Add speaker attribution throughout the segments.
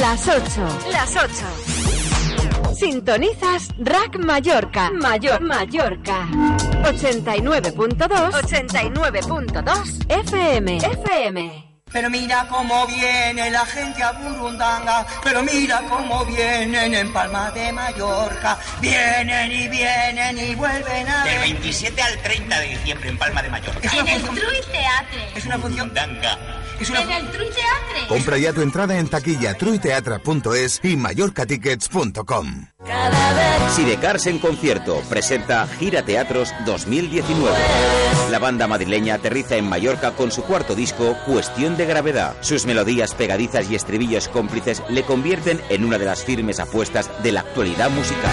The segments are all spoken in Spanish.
Speaker 1: Las 8. Las 8. Sintonizas Rack Mallorca. Mayor Mallorca. 89.2. 89.2. FM. FM.
Speaker 2: Pero mira cómo viene la gente a Burundanga, pero mira cómo vienen en Palma de Mallorca. Vienen y vienen y vuelven a...
Speaker 3: Del 27 al 30 de diciembre en Palma de Mallorca.
Speaker 2: Es
Speaker 4: En
Speaker 2: una
Speaker 4: el
Speaker 2: función...
Speaker 4: True Teatre.
Speaker 2: Es una función...
Speaker 3: Burundanga.
Speaker 2: Es una
Speaker 4: En
Speaker 2: función...
Speaker 4: el True Teatre.
Speaker 5: Compra ya tu entrada en taquilla truiteatra.es y mallorcatickets.com.
Speaker 6: Sidecars en concierto presenta Gira Teatros 2019. La banda madrileña aterriza en Mallorca con su cuarto disco, Cuestión de Gravedad. Sus melodías pegadizas y estribillos cómplices le convierten en una de las firmes apuestas de la actualidad musical.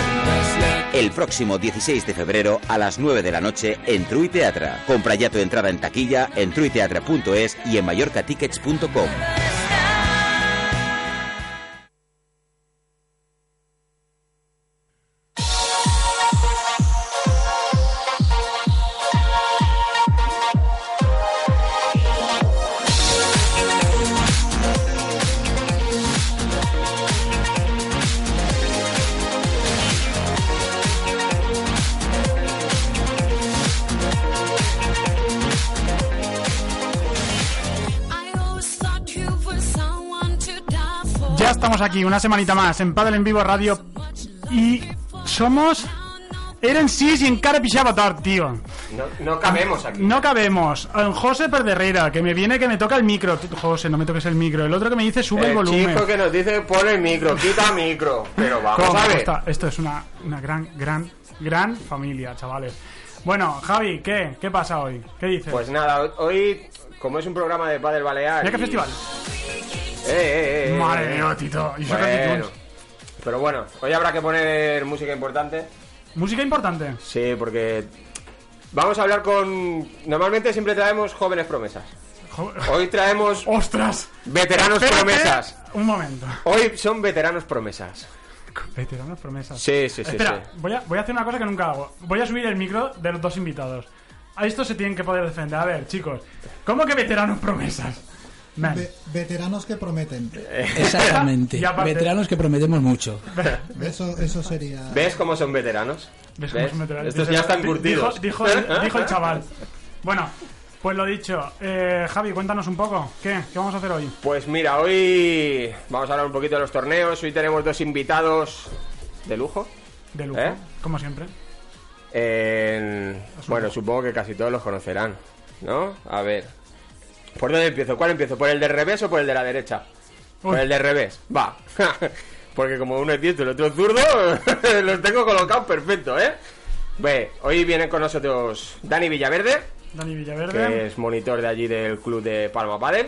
Speaker 6: El próximo 16 de febrero a las 9 de la noche en Trui Teatra. Compra ya tu entrada en taquilla en truiteatra.es y en mallorcatickets.com.
Speaker 7: Ya estamos aquí, una semanita más, en Padel en Vivo Radio. Y somos. Eran sí y en cara pixaba tard, tío.
Speaker 8: No, no cabemos aquí.
Speaker 7: No cabemos. En José Perderrera, que me viene que me toca el micro. T- José, no me toques el micro. El otro que me dice sube el,
Speaker 8: el
Speaker 7: volumen.
Speaker 8: Eh, chico que nos dice pon el micro, quita micro. Pero vamos
Speaker 7: ¿Cómo
Speaker 8: a ver.
Speaker 7: está? Esto es una, una gran, gran, gran familia, chavales. Bueno, Javi, ¿qué? ¿Qué pasa hoy? ¿Qué dices?
Speaker 8: Pues nada, hoy, como es un programa de Padel Balear.
Speaker 7: ¿Ya qué
Speaker 8: y-
Speaker 7: festival?
Speaker 8: Eh, eh, eh, eh.
Speaker 7: Madre de Dios, Tito. Y saca
Speaker 8: Bueno,
Speaker 7: titunes.
Speaker 8: pero bueno, hoy habrá que poner música importante.
Speaker 7: Música importante.
Speaker 8: Sí, porque vamos a hablar con. Normalmente siempre traemos jóvenes promesas.
Speaker 7: Jo-
Speaker 8: Hoy traemos
Speaker 7: Oh. ¡Ostras!
Speaker 8: veteranos
Speaker 7: Espérate
Speaker 8: promesas.
Speaker 7: Un momento.
Speaker 8: Hoy son veteranos promesas.
Speaker 7: Veteranos promesas.
Speaker 8: Sí, sí, sí.
Speaker 7: Espera,
Speaker 8: sí.
Speaker 7: Voy, a, voy a hacer una cosa que nunca hago. Voy a subir el micro de los dos invitados. A esto se tienen que poder defender. A ver, chicos, ¿cómo que veteranos promesas? Man,
Speaker 9: Ve- veteranos que prometen.
Speaker 10: Exactamente.
Speaker 7: Y aparte-
Speaker 10: Veteranos que prometemos mucho.
Speaker 9: Eso, eso sería.
Speaker 8: ¿Ves cómo son veteranos?
Speaker 7: ¿ves cómo
Speaker 8: ¿Ves?
Speaker 7: se me trae?
Speaker 8: Estos
Speaker 7: Dice-
Speaker 8: ya están
Speaker 7: di-
Speaker 8: curtidos. ¿Eh?
Speaker 7: Dijo, dijo- dijo el chaval. Bueno, pues lo dicho. Eh, Javi, cuéntanos un poco. ¿Qué? ¿Qué vamos a hacer hoy?
Speaker 8: Pues mira, hoy vamos a hablar un poquito de los torneos. Hoy tenemos dos invitados de lujo.
Speaker 7: De lujo,
Speaker 8: ¿Eh?
Speaker 7: como siempre.
Speaker 8: En- Bueno, supongo que casi todos los conocerán, ¿no? A ver. ¿Por dónde empiezo? ¿Cuál empiezo? ¿Por el de revés o por el de la derecha? Por
Speaker 7: Uy.
Speaker 8: el de revés, va. Porque como uno es diestro y el otro es zurdo, los tengo colocados perfecto, ¿eh? Ve, hoy vienen con nosotros Dani Villaverde,
Speaker 7: Dani
Speaker 8: que
Speaker 7: Villaverde.
Speaker 8: es monitor de allí del club de Palma Padel.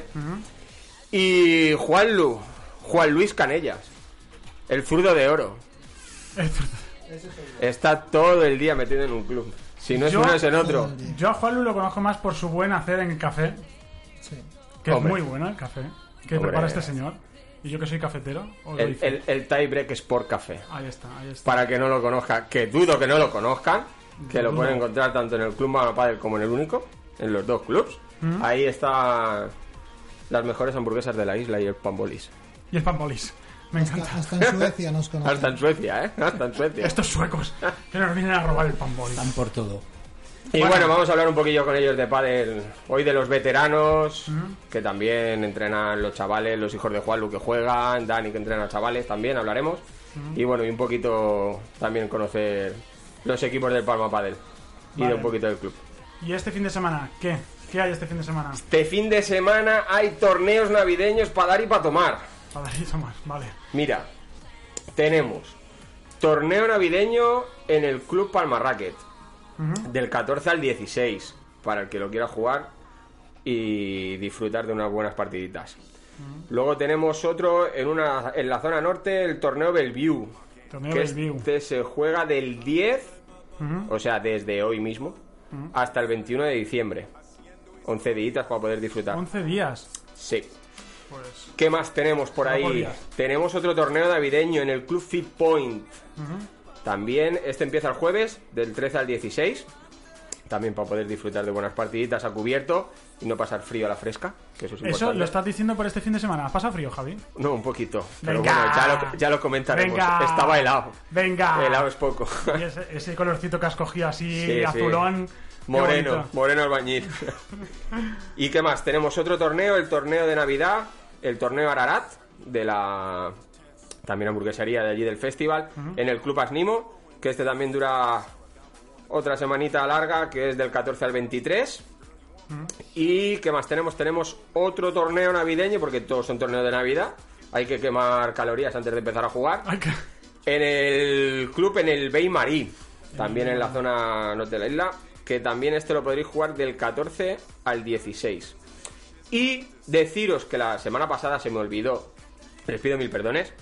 Speaker 8: Y Juan Lu, Juan Luis Canellas, el zurdo de oro. Está todo el día metido en un club. Si no es
Speaker 7: Yo-
Speaker 8: uno, es en otro.
Speaker 9: Todo el día.
Speaker 7: Yo a Juanlu lo conozco más por su buen hacer en el café,
Speaker 9: Sí.
Speaker 7: que
Speaker 8: Hombre.
Speaker 7: es muy bueno el café, que
Speaker 8: Hombre.
Speaker 7: prepara este señor. Y yo que soy cafetero, os lo
Speaker 8: El,
Speaker 7: hice.
Speaker 8: el, el tiebreak es por café.
Speaker 7: Ahí está, ahí está.
Speaker 8: Para que no lo conozca, que dudo que no lo conozcan, que lo
Speaker 7: Dudo.
Speaker 8: pueden encontrar tanto en el Club Mama Padel como en el único, en los dos clubs. Ahí están las mejores hamburguesas de la isla y el pambolis.
Speaker 7: Y el pambolis. Me encanta.
Speaker 9: Hasta, hasta en Suecia nos conocen.
Speaker 8: Hasta en Suecia, ¿eh? Hasta en Suecia.
Speaker 7: Estos suecos que nos vienen a robar el pambolis.
Speaker 10: Están por todo.
Speaker 8: Y bueno, vamos a hablar un poquillo con ellos de pádel. Hoy de los veteranos, que también entrenan los chavales, los hijos de Juanlu que juegan, Dani que entrena a chavales, también hablaremos. Y bueno, y un poquito también conocer los equipos del Palma Padel y
Speaker 7: Vale.
Speaker 8: de un poquito del club.
Speaker 7: ¿Y este fin de semana? ¿Qué? ¿Qué hay este fin de semana?
Speaker 8: Este fin de semana hay torneos navideños para dar y para tomar.
Speaker 7: Para dar eso más, vale.
Speaker 8: Mira, tenemos torneo navideño en el Club Palma Racket. Del 14 al 16, para el que lo quiera jugar y disfrutar de unas buenas partiditas. Luego tenemos otro en, una, en la zona norte, el torneo Bellevue.
Speaker 7: Torneo
Speaker 8: que
Speaker 7: Bellevue.
Speaker 8: Este se juega del 10, o sea, desde hoy mismo, hasta el 21 de diciembre. 11 días para poder disfrutar.
Speaker 7: 11 días.
Speaker 8: Sí.
Speaker 7: Pues.
Speaker 8: ¿Qué más tenemos por
Speaker 7: Solo por
Speaker 8: ahí?
Speaker 7: días.
Speaker 8: Tenemos otro torneo navideño en el Club Fit Point. También este empieza el jueves, del 13 al 16. también para poder disfrutar de buenas partiditas a cubierto y no pasar frío a la fresca, que eso es
Speaker 7: Eso
Speaker 8: importante.
Speaker 7: lo estás diciendo por este fin de semana. ¿Has pasado frío, Javi?
Speaker 8: No, un poquito. Pero
Speaker 7: Venga.
Speaker 8: bueno, ya lo, ya lo comentaremos.
Speaker 7: Venga.
Speaker 8: Estaba helado.
Speaker 7: Venga.
Speaker 8: Helado es poco.
Speaker 7: Y ese, ese colorcito que has cogido así,
Speaker 8: Sí, sí.
Speaker 7: azulón. qué
Speaker 8: Moreno,
Speaker 7: bonito.
Speaker 8: Moreno Albañil. ¿Y qué más? Tenemos otro torneo, el torneo de Navidad, el torneo Ararat, de la también hamburguesería de allí del festival, en el Club Asnimo, que este también dura otra semanita larga, que es del 14 al 23. ¿Y qué más tenemos? Tenemos otro torneo navideño, porque todos son torneos de Navidad. Hay que quemar calorías antes de empezar a jugar.
Speaker 7: Ay, qué-
Speaker 8: En el club, en el Bay Marí, también en la zona norte de la isla, que también este lo podréis jugar del 14 al 16. Y deciros que la semana pasada se me olvidó, les pido mil perdones,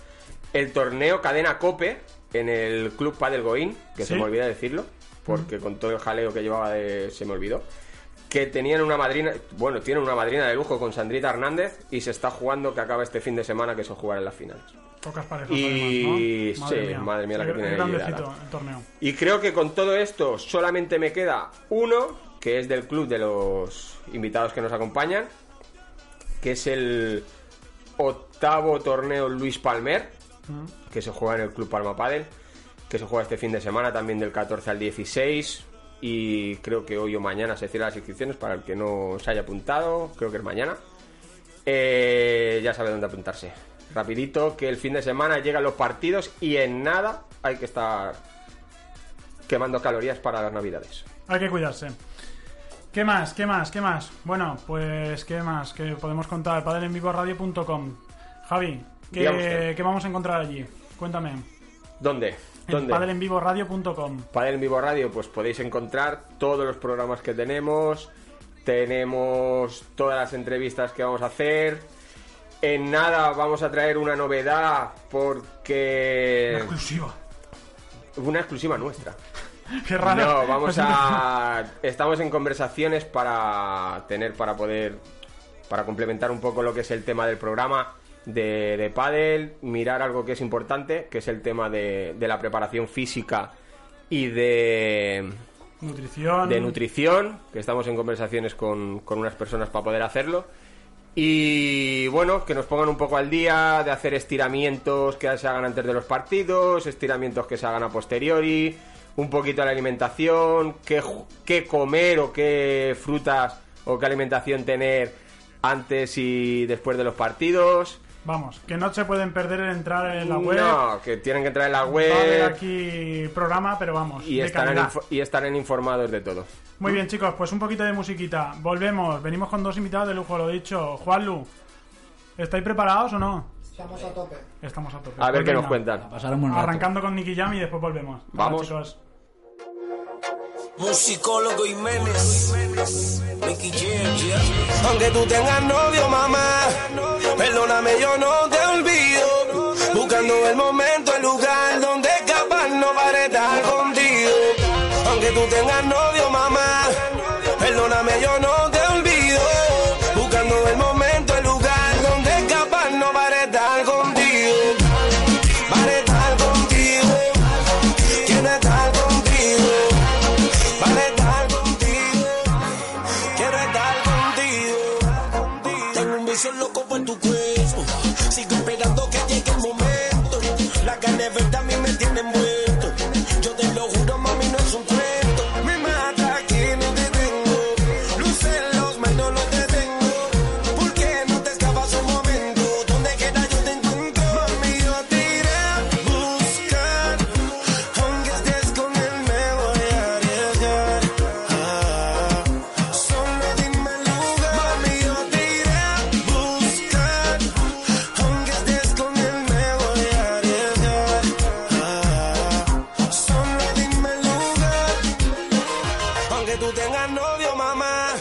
Speaker 8: el torneo Cadena Cope en el club Padel Goín, que
Speaker 7: ¿Sí?
Speaker 8: se me olvida decirlo, porque con todo el jaleo que llevaba de- se me olvidó. Que tenían una madrina, bueno, tienen una madrina de lujo con Sandrita Hernández y se está jugando que acaba este fin de semana que se jugarán las finales.
Speaker 7: Pocas parejas.
Speaker 8: Y-
Speaker 7: además, ¿no? Madre
Speaker 8: sí,
Speaker 7: mía.
Speaker 8: madre mía la que
Speaker 7: Es
Speaker 8: tiene ahí
Speaker 7: grandecito
Speaker 8: Dara.
Speaker 7: el torneo.
Speaker 8: Y creo que con todo esto solamente me queda uno, que es del club de los invitados que nos acompañan, que es el octavo torneo Luis Palmer, que se juega en el Club Palma Padel, que se juega este fin de semana también del 14 al 16. Y creo que hoy o mañana se cierran las inscripciones para el que no se haya apuntado, creo que es mañana. Eh, ya sabe dónde apuntarse. Rapidito, que el fin de semana llegan los partidos y en nada hay que estar quemando calorías para las navidades.
Speaker 7: Hay que cuidarse. ¿Qué más? ¿Qué más? ¿Qué más? Bueno, pues ¿qué más? Que podemos contar padelenvivoradio.com. Javi,
Speaker 8: Diga
Speaker 7: ¿qué,
Speaker 8: usted.
Speaker 7: ¿qué vamos a encontrar allí? Cuéntame.
Speaker 8: ¿Dónde?
Speaker 7: En
Speaker 8: ¿Dónde?
Speaker 7: padelenvivoradio.com.
Speaker 8: Padel en Vivo Radio, pues podéis encontrar todos los programas que tenemos, tenemos todas las entrevistas que vamos a hacer. En nada vamos a traer una novedad porque
Speaker 7: Exclusiva.
Speaker 8: una exclusiva nuestra.
Speaker 7: Qué raro. Pues
Speaker 8: No, vamos a. Estamos en conversaciones para tener, para poder, para complementar un poco lo que es el tema del programa de, de pádel, mirar algo que es importante, que es el tema de, de la preparación física y de,
Speaker 7: Nutrición.
Speaker 8: de nutrición, que estamos en conversaciones con, con unas personas para poder hacerlo. Y bueno, que nos pongan un poco al día de hacer estiramientos que se hagan antes de los partidos, estiramientos que se hagan a posteriori, un poquito de la alimentación, qué, ju- qué comer o qué frutas o qué alimentación tener antes y después de los partidos.
Speaker 7: Vamos, que no se pueden perder el entrar en la web.
Speaker 8: No, que tienen que entrar en
Speaker 7: Va
Speaker 8: la
Speaker 7: a haber
Speaker 8: web
Speaker 7: aquí programa, pero vamos.
Speaker 8: y
Speaker 7: de
Speaker 8: estarán,
Speaker 7: calidad.
Speaker 8: info- y estarán informados de todo.
Speaker 7: Muy bien, chicos, pues un poquito de musiquita. Volvemos, venimos con dos invitados de lujo, lo dicho. Juanlu, ¿estáis preparados o no?
Speaker 9: Estamos a tope.
Speaker 7: Estamos a tope.
Speaker 8: A ver
Speaker 7: Pues
Speaker 8: qué nos
Speaker 7: venga,
Speaker 8: cuentan.
Speaker 10: Pasar un buen rato.
Speaker 7: Arrancando con Nicky Jam y después volvemos. Hola,
Speaker 8: Vamos.
Speaker 7: chicos.
Speaker 4: Musicólogo Jiménez. Nicky Jam, yeah. Aunque tú tengas novio, mamá, perdóname, yo no te olvido. Buscando el momento, el lugar donde escapar no para estar contigo. Aunque tú tengas novio, mamá, perdóname, yo no te olvido. Buscando el momento, el lugar donde escapar no para estar contigo. Para estar contigo, quiero estar contigo. Para estar contigo, quiero estar contigo. Tengo un beso loco por tu cuerpo. Sigo esperando que llegue el momento. La carne verde a mí me tiene envuelto. Yo te lo juro, mami, no es un cuento. Me mata aquí, no te tengo. Luz en los manos, no te tengo. ¿Por qué no te escapas un momento? ¿Dónde queda yo te encuentro? Mami, yo te iré a buscar. Aunque estés con él me voy a arriesgar Ah, Solo dime el lugar Mami yo te iré a buscar Aunque estés con él me voy a arriesgar Ah, Solo dime el lugar aunque tú tengas novio, mamá,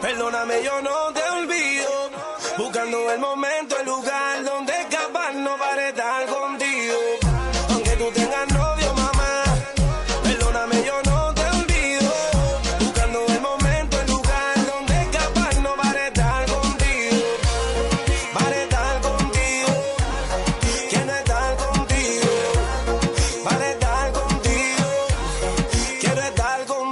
Speaker 4: perdóname, yo no te olvido. Buscando el momento, el lugar donde escapar no para estar contigo. Aunque tú tengas novio, mamá, perdóname, yo no te olvido. Buscando el momento, el lugar donde escapar no para estar contigo. Para estar contigo, quiero estar contigo. Para estar contigo, quiero estar contigo.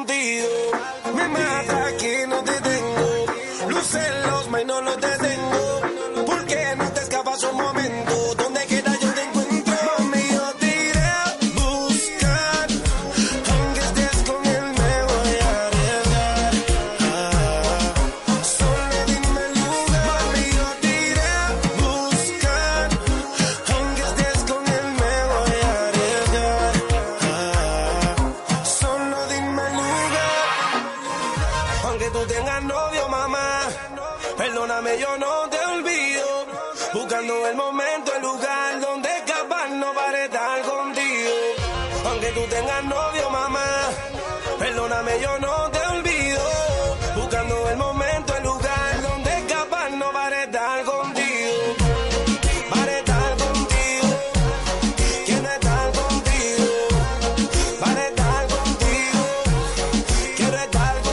Speaker 9: Ah, Ah,
Speaker 4: novio, mamá. Perdóname, yo no te olvido. Buscando el momento, el lugar donde escapar no para estar contigo. Aunque tú tengas novio, mamá. Perdóname, yo no te olvido. Buscando el momento, el lugar donde escapar no para estar contigo. Para estar contigo. Quiero estar contigo. Para estar contigo. Quiero estar contigo.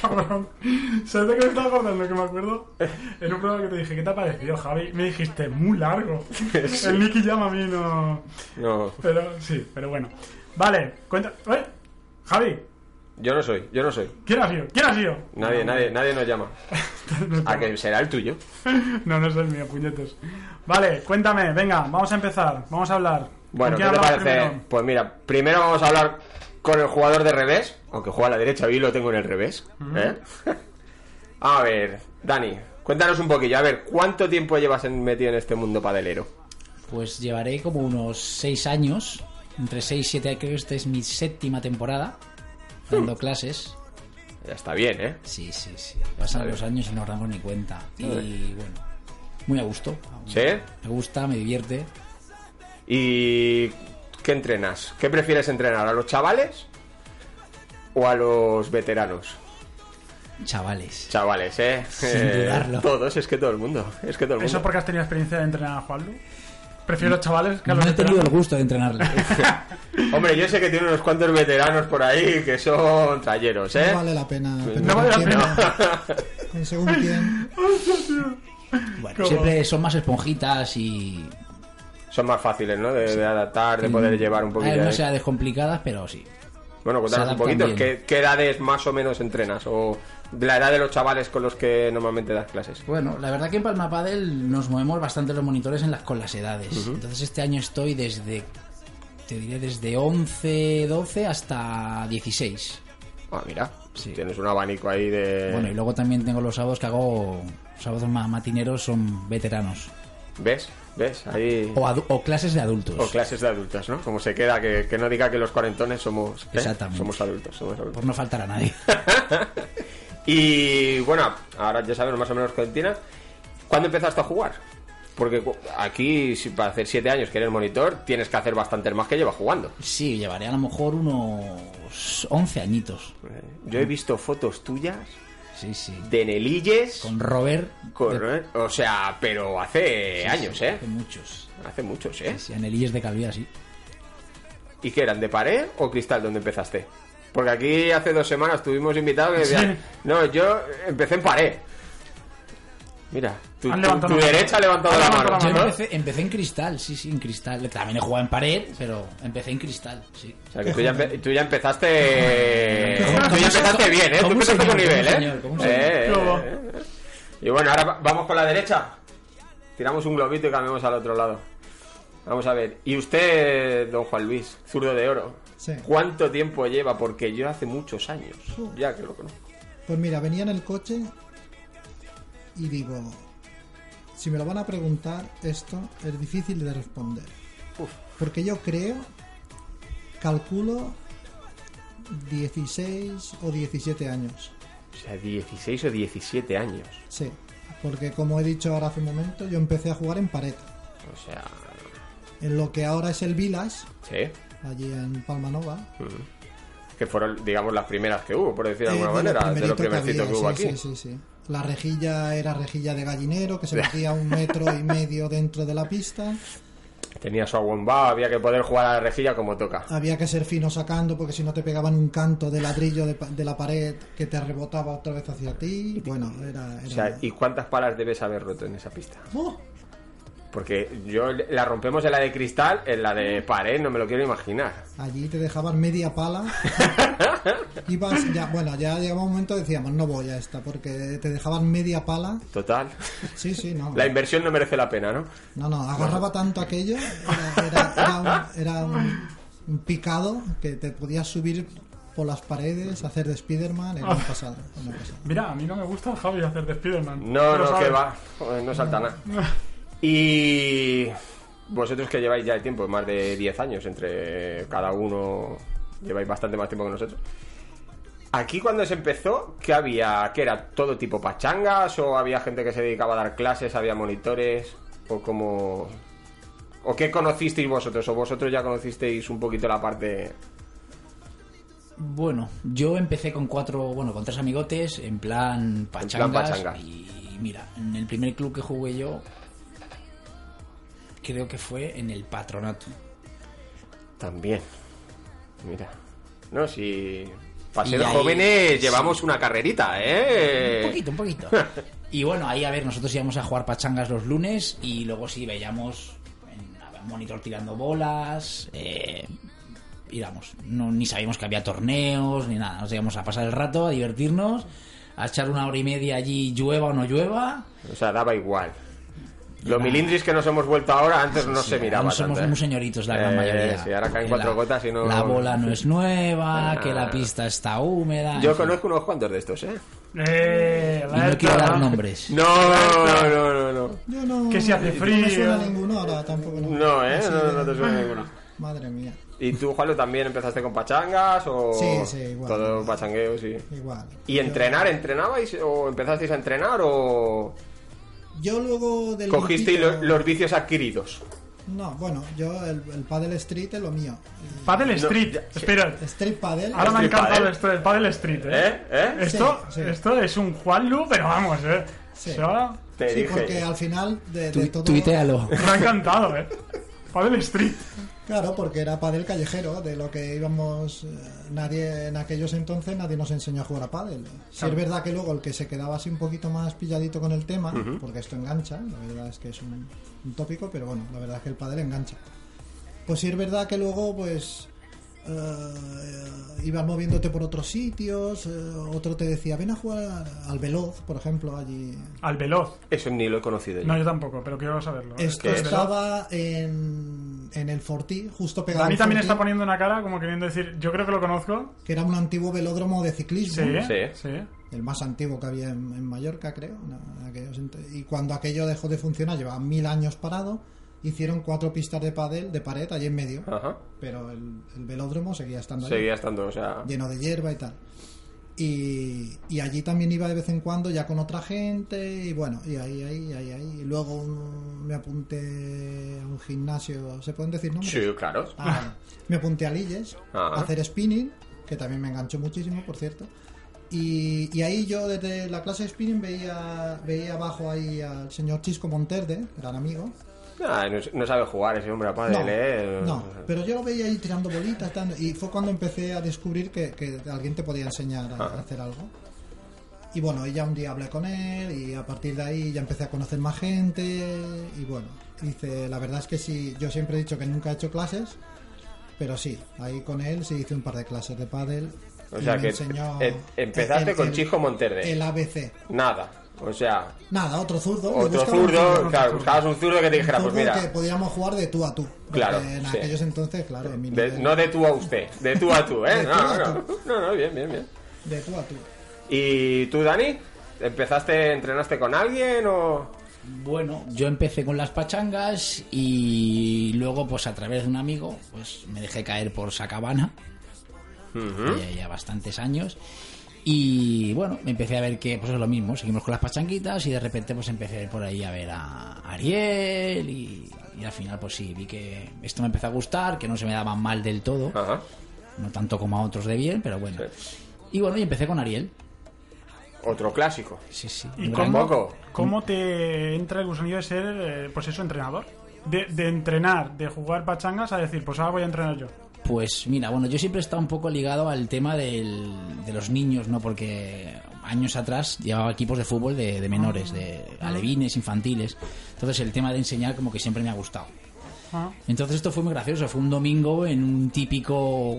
Speaker 7: Cabrón. ¿Sabes de qué me estaba acordando? Que me acuerdo. En un programa que te dije, ¿qué te ha parecido, Javi? Me dijiste, muy largo.
Speaker 8: Sí.
Speaker 7: El Nicky llama a mí, no.
Speaker 8: No,
Speaker 7: Pero sí, pero bueno. Vale, cuenta. ¡Oye! Javi,
Speaker 8: yo no soy, yo no soy.
Speaker 7: ¿quién ha sido? ¿Quién ha sido?
Speaker 8: Nadie, nadie, nadie nos llama. ¿A que será el tuyo?
Speaker 7: No, no es el mío, puñetes. Vale, cuéntame, venga, vamos a empezar. Vamos a hablar.
Speaker 8: Bueno, ¿qué
Speaker 7: ¿Con quién
Speaker 8: te parece?
Speaker 7: hablabas primero?
Speaker 8: Pues mira, primero vamos a hablar con el jugador de revés, aunque juega a la derecha y lo tengo en el revés. ¿eh? a ver, Dani, cuéntanos un poquillo. A ver, ¿cuánto tiempo llevas en- metido en este mundo padelero?
Speaker 10: Pues llevaré como unos 6 años, entre 6 y 7, creo que esta es mi séptima temporada, dando clases.
Speaker 8: Hmm. Ya está bien, ¿eh?
Speaker 10: Sí, sí, sí. Pasan
Speaker 8: bien.
Speaker 10: los años y no nos damos ni cuenta. Y bueno, muy a gusto.
Speaker 8: ¿Sí?
Speaker 10: Me gusta, me divierte.
Speaker 8: ¿Y qué entrenas? ¿Qué prefieres entrenar? ¿A los chavales o a los veteranos?
Speaker 10: Chavales.
Speaker 8: Chavales, ¿eh?
Speaker 10: Sin
Speaker 8: Eh,
Speaker 10: dudarlo.
Speaker 8: Todos, es que todo el mundo. Es que todo el mundo.
Speaker 7: ¿Eso porque has tenido experiencia de entrenar a Juanlu? Prefiero a
Speaker 8: Mm.
Speaker 7: los chavales que a
Speaker 10: No
Speaker 7: los
Speaker 10: he tenido el
Speaker 7: veteranos.
Speaker 10: gusto de entrenarle.
Speaker 8: Hombre, yo sé que tiene unos cuantos veteranos por ahí que son trayeros, ¿eh?
Speaker 9: No vale la pena. perder
Speaker 7: No vale la
Speaker 9: el
Speaker 7: pena.
Speaker 9: tiempo con según quién.
Speaker 10: Bueno,
Speaker 7: ¿Cómo?
Speaker 10: siempre son más esponjitas y...
Speaker 8: Son más fáciles, ¿no? De, de adaptar, de poder llevar un poquito.
Speaker 10: Hay
Speaker 8: ahí.
Speaker 10: unas edades complicadas, pero sí.
Speaker 8: Bueno, contanos
Speaker 10: se
Speaker 8: un poquito,
Speaker 10: adaptan bien.
Speaker 8: ¿qué, qué edades más o menos entrenas? O de la edad de los chavales con los que normalmente das clases.
Speaker 10: Bueno, la verdad que en Palma Padel nos movemos bastante los monitores en las, con las edades. Entonces este año estoy desde, te diré, desde 11, 12 hasta 16.
Speaker 8: Ah, mira,
Speaker 10: Sí.
Speaker 8: tienes un abanico ahí de...
Speaker 10: Bueno, y luego también tengo los sábados que hago, sábados ma- matineros son veteranos.
Speaker 8: ¿Ves? ¿Ves? Ahí...
Speaker 10: O, adu- o clases de adultos.
Speaker 8: O clases de adultos, ¿no? Como se queda, que, que no diga que los cuarentones somos... ¿eh?
Speaker 10: Exactamente.
Speaker 8: Somos adultos, somos adultos.
Speaker 10: Por no faltar a nadie.
Speaker 8: Y bueno, ahora ya sabemos más o menos cuánto tienes. ¿Cuándo empezaste a jugar? Porque cu- aquí, si para hacer 7 años que eres monitor, tienes que hacer bastantes más que llevas jugando.
Speaker 10: Sí, llevaré a lo mejor unos 11 añitos.
Speaker 8: Eh, Yo he visto fotos tuyas
Speaker 10: Sí, sí.
Speaker 8: de Nelilles.
Speaker 10: Con Robert.
Speaker 8: con- ¿eh?
Speaker 10: de-
Speaker 8: o sea, pero hace
Speaker 10: sí,
Speaker 8: años,
Speaker 10: sí,
Speaker 8: ¿eh?
Speaker 10: de Muchos.
Speaker 8: Hace muchos, ¿eh?
Speaker 10: Sí, anelillas de Calvía, sí.
Speaker 8: ¿Y qué eran? ¿De pared o cristal donde empezaste? Porque aquí hace dos semanas tuvimos invitados que decían, no, yo empecé en pared. Mira, tu,
Speaker 7: Han
Speaker 8: tu-
Speaker 7: levantado
Speaker 8: tu
Speaker 7: la mano.
Speaker 8: derecha ha levantado
Speaker 7: Han
Speaker 8: la
Speaker 7: levantado
Speaker 8: mano.
Speaker 10: Yo
Speaker 7: la mano.
Speaker 8: ¿no?
Speaker 10: empecé, empecé en cristal, sí, sí, en cristal. También he jugado en pared, pero empecé en cristal, sí.
Speaker 8: O sea, que tú ya, empe- tú ya empezaste.
Speaker 10: Como-
Speaker 8: Tú
Speaker 10: como
Speaker 8: ya
Speaker 10: un
Speaker 8: empezaste
Speaker 10: señor,
Speaker 8: bien, ¿eh? Tú
Speaker 10: como un
Speaker 8: empezaste con
Speaker 10: señor,
Speaker 8: nivel,
Speaker 10: como un
Speaker 8: ¿eh?
Speaker 10: señor, como un
Speaker 8: Eh,
Speaker 10: señor.
Speaker 8: eh,
Speaker 7: Luego.
Speaker 8: eh. Y bueno, ahora va- vamos con la derecha. Tiramos un globito y cambiamos al otro lado. Vamos a ver. Y usted, don Juan Luis, zurdo de oro.
Speaker 9: Sí. Uh.
Speaker 8: ¿Cuánto tiempo lleva? Porque yo hace muchos años ya que lo conozco.
Speaker 9: Pues mira, venía en el coche y digo, si me lo van a preguntar, esto es difícil de responder. Porque yo creo, calculo 16 o 17 años.
Speaker 8: O sea, 16 o 17 años.
Speaker 9: Sí, porque como he dicho ahora hace un momento, yo empecé a jugar en pared.
Speaker 8: O sea,
Speaker 9: En lo que ahora es el Vilas,
Speaker 8: sí.
Speaker 9: allí en Palmanova.
Speaker 8: Que fueron, digamos, las primeras que hubo, por decir
Speaker 9: Eh,
Speaker 8: de alguna
Speaker 9: de lo
Speaker 8: manera, de los
Speaker 9: primerito
Speaker 8: primercitos que,
Speaker 9: había,
Speaker 8: hubo
Speaker 9: sí,
Speaker 8: aquí.
Speaker 9: Sí, sí, sí. La rejilla era rejilla de gallinero que se metía un metro y medio dentro de la pista.
Speaker 8: Tenía su aguambá, había que poder jugar a la rejilla como toca.
Speaker 9: Había que ser fino sacando porque si no te pegaban un canto de ladrillo de, pa- de la pared que te rebotaba otra vez hacia ti. Bueno, era... era-
Speaker 8: O sea, ¿y cuántas palas debes haber roto en esa pista?
Speaker 9: ¡Oh!
Speaker 8: Porque yo la rompemos en la de cristal, en la de pared, no me lo quiero imaginar.
Speaker 9: Allí te dejaban media pala. Ibas, ya, bueno, ya llegaba un momento que decíamos, no voy a esta, porque te dejaban media pala.
Speaker 8: Total.
Speaker 9: Sí, sí, no.
Speaker 8: La inversión no merece la pena, ¿no?
Speaker 9: No, no, agarraba tanto aquello. Era, era, era, era un, un picado que te podías subir por las paredes, hacer de Spiderman, era
Speaker 10: Ah.
Speaker 9: una pasada. una pasada.
Speaker 7: Mira, a mí no me gusta Javi hacer de Spider-Man.
Speaker 8: No,
Speaker 7: Pero
Speaker 8: no,
Speaker 7: sabe.
Speaker 8: que va. Joder, No salta nada. Y vosotros que lleváis ya el tiempo, más de 10 años entre cada uno, lleváis bastante más tiempo que nosotros. Aquí cuando se empezó, ¿qué había? ¿Que era todo tipo pachangas? ¿O había gente que se dedicaba a dar clases? ¿Había monitores? ¿O como... ¿O qué conocisteis vosotros? ¿O vosotros ya conocisteis un poquito la parte...
Speaker 10: Bueno, yo empecé con cuatro, bueno, con tres amigotes en plan pachangas.
Speaker 8: pachangas.
Speaker 10: Y mira, en el primer club que jugué yo, creo que fue en el patronato.
Speaker 8: También. Mira. No, si... Para ser
Speaker 10: Y ahí-
Speaker 8: jóvenes llevamos una carrerita, ¿eh?
Speaker 10: Un poquito, un poquito. y bueno, ahí a ver, nosotros íbamos a jugar pachangas los lunes y luego sí veíamos en a ver, monitor tirando bolas. Eh, íbamos, no, ni sabíamos que había torneos ni nada. Nos íbamos a pasar el rato, a divertirnos, a echar una hora y media allí, llueva o no llueva.
Speaker 8: O sea, daba igual. Los milindris que nos hemos vuelto ahora, antes no
Speaker 10: Sí,
Speaker 8: se miraba
Speaker 10: aún somos
Speaker 8: tanto, ¿eh?
Speaker 10: muy señoritos la gran
Speaker 8: Eh,
Speaker 10: mayoría.
Speaker 8: sí, ahora caen
Speaker 10: Que
Speaker 8: cuatro
Speaker 10: la-
Speaker 8: gotas y no-
Speaker 10: La bola no es nueva,
Speaker 8: Ah.
Speaker 10: que la pista está húmeda. en
Speaker 8: Yo
Speaker 10: fin.
Speaker 8: conozco unos cuantos de estos, ¿eh?
Speaker 7: Eh,
Speaker 10: Y no
Speaker 7: Berta.
Speaker 10: quiero dar nombres.
Speaker 8: No, no, no, no, no.
Speaker 9: Yo no,
Speaker 7: Que si hace
Speaker 9: no me
Speaker 7: frío.
Speaker 9: suena ninguno ahora tampoco. No,
Speaker 8: No, ¿eh?
Speaker 9: Así
Speaker 8: No,
Speaker 9: de-
Speaker 8: no te suena ninguno.
Speaker 9: Madre mía,
Speaker 8: ¿Y tú, Juanlo, también empezaste con pachangas o...?
Speaker 9: Sí, sí, igual.
Speaker 8: Todo pachangueo, sí.
Speaker 9: igual.
Speaker 8: ¿Y entrenar? ¿Entrenabais o empezasteis a entrenar o...?
Speaker 9: Yo luego del.
Speaker 8: ¿Cogisteis
Speaker 9: grupito-
Speaker 8: los, los vicios adquiridos?
Speaker 9: No, bueno, yo el, el Paddle Street es lo mío.
Speaker 7: Paddle Street.
Speaker 8: ya-
Speaker 7: Espera.
Speaker 9: Street Paddle.
Speaker 7: Ahora me ha
Speaker 8: Street
Speaker 7: encantado
Speaker 8: Paddle.
Speaker 7: esto del Paddle Street, ¿eh?
Speaker 8: ¿Eh? ¿Eh?
Speaker 7: Esto,
Speaker 9: Sí, sí.
Speaker 7: esto es un Juanlu, pero vamos, ¿eh?
Speaker 9: Sí.
Speaker 7: Se va-
Speaker 8: Te
Speaker 9: Sí, porque
Speaker 8: dije...
Speaker 9: al final de, de
Speaker 10: Tu-
Speaker 9: todo.
Speaker 10: tuitealo.
Speaker 7: Me ha encantado, ¿eh? Paddle Street.
Speaker 9: Claro, porque era pádel callejero, de lo que íbamos eh, nadie en aquellos entonces nadie nos enseñó a jugar a pádel. Si es verdad que luego el que se quedaba así un poquito más pilladito con el tema, porque esto engancha, la verdad es que es un, un tópico, pero bueno, la verdad es que el pádel engancha. Pues sí es verdad que luego pues eh, ibas moviéndote por otros sitios, eh, otro te decía, "Ven a jugar al veloz", por ejemplo, allí
Speaker 7: Al veloz.
Speaker 8: Eso ni lo he conocido yo.
Speaker 7: No, yo tampoco, pero quiero saberlo.
Speaker 9: esto
Speaker 7: Al veloz.
Speaker 9: estaba en, en el Fortí, justo pegado
Speaker 7: Dani
Speaker 9: al
Speaker 7: también
Speaker 9: Fortí,
Speaker 7: está poniendo una cara como queriendo decir, yo creo que lo conozco.
Speaker 9: que era un antiguo velódromo de ciclismo.
Speaker 7: Sí, sí.
Speaker 8: Sí.
Speaker 9: el más antiguo que había en, en Mallorca, creo. ¿no? En aquellos ent- y cuando aquello dejó de funcionar, llevaba mil años parado, hicieron cuatro pistas de padel, de pared allí en medio,
Speaker 8: Ajá.
Speaker 9: pero el, el velódromo seguía estando allí,
Speaker 8: Seguía estando, o sea...
Speaker 9: lleno de hierba y tal. Y, y allí también iba de vez en cuando ya con otra gente y bueno, y ahí, ahí, ahí, ahí. Y luego un- me apunté a un gimnasio, ¿se pueden decir nombres?
Speaker 8: Sí, claro.
Speaker 9: Ah, vale. me apunté a Lilles
Speaker 8: Ah.
Speaker 9: a hacer spinning, que también me enganchó muchísimo, por cierto. Y, y ahí yo desde la clase de spinning veía, veía abajo ahí al señor Chisco Monterde, gran amigo.
Speaker 8: Ah, no, no sabe jugar ese hombre a pádel,
Speaker 9: No,
Speaker 8: ¿eh?
Speaker 9: no, pero yo lo veía ahí tirando bolitas tal, y fue cuando empecé a descubrir que, que alguien te podía enseñar a, a hacer algo. Y bueno, y ya un día hablé con él y a partir de ahí ya empecé a conocer más gente y bueno, dice, la verdad es que sí, yo siempre he dicho que nunca he hecho clases, pero sí, ahí con él sí hice un par de clases de pádel.
Speaker 8: O
Speaker 9: y
Speaker 8: sea
Speaker 9: me
Speaker 8: que
Speaker 9: enseñó
Speaker 8: em- empezaste
Speaker 9: el-
Speaker 8: con
Speaker 9: el-
Speaker 8: Chijo Monterde.
Speaker 9: El ABC.
Speaker 8: Nada. O sea,
Speaker 9: Nada, otro zurdo. le
Speaker 8: otro
Speaker 9: buscaba un
Speaker 8: zurdo,
Speaker 9: zurdo.
Speaker 8: claro, buscabas un zurdo que te dijera,
Speaker 9: Un
Speaker 8: pues
Speaker 9: fútbol
Speaker 8: mira,
Speaker 9: que podíamos jugar de tú a tú. Porque
Speaker 8: Claro,
Speaker 9: En
Speaker 8: sí.
Speaker 9: aquellos entonces, claro, en mi
Speaker 8: de-
Speaker 9: nivel,
Speaker 8: no de tú a usted, de tú a tú, ¿eh?
Speaker 9: De
Speaker 8: No,
Speaker 9: tú a
Speaker 8: no,
Speaker 9: tú.
Speaker 8: no, no, bien, bien, bien.
Speaker 9: de tú a tú.
Speaker 8: ¿Y tú, Dani? ¿Empezaste, entrenaste con alguien o...?
Speaker 10: Bueno, yo empecé con las pachangas y luego, pues a través de un amigo, pues me dejé caer por Sacabana.
Speaker 7: ¿Mm?
Speaker 10: ya, ya bastantes años. Y bueno, me empecé a ver que pues es lo mismo, seguimos con las pachanguitas y de repente pues empecé por ahí a ver a Ariel y, y al final pues sí, vi que esto me empezó a gustar, que no se me daba mal del todo,
Speaker 8: Ajá.
Speaker 10: no tanto como a otros de bien, pero bueno. Y bueno, y empecé con Ariel.
Speaker 8: Otro clásico.
Speaker 10: Sí, sí.
Speaker 7: ¿Y
Speaker 10: Gran-
Speaker 8: Tampoco.
Speaker 7: cómo, cómo te entra el gusanillo de ser, eh, pues eso, entrenador? De, de entrenar, de jugar pachangas a decir, pues ahora voy a entrenar yo.
Speaker 10: Pues mira, bueno, yo siempre he estado un poco ligado al tema del- de los niños, ¿no? Porque años atrás llevaba equipos de fútbol de, de menores, de
Speaker 7: Ah.
Speaker 10: alevines, infantiles. Entonces el tema de enseñar como que siempre me ha gustado.
Speaker 7: Ah.
Speaker 10: Entonces esto fue muy gracioso, fue un domingo en un típico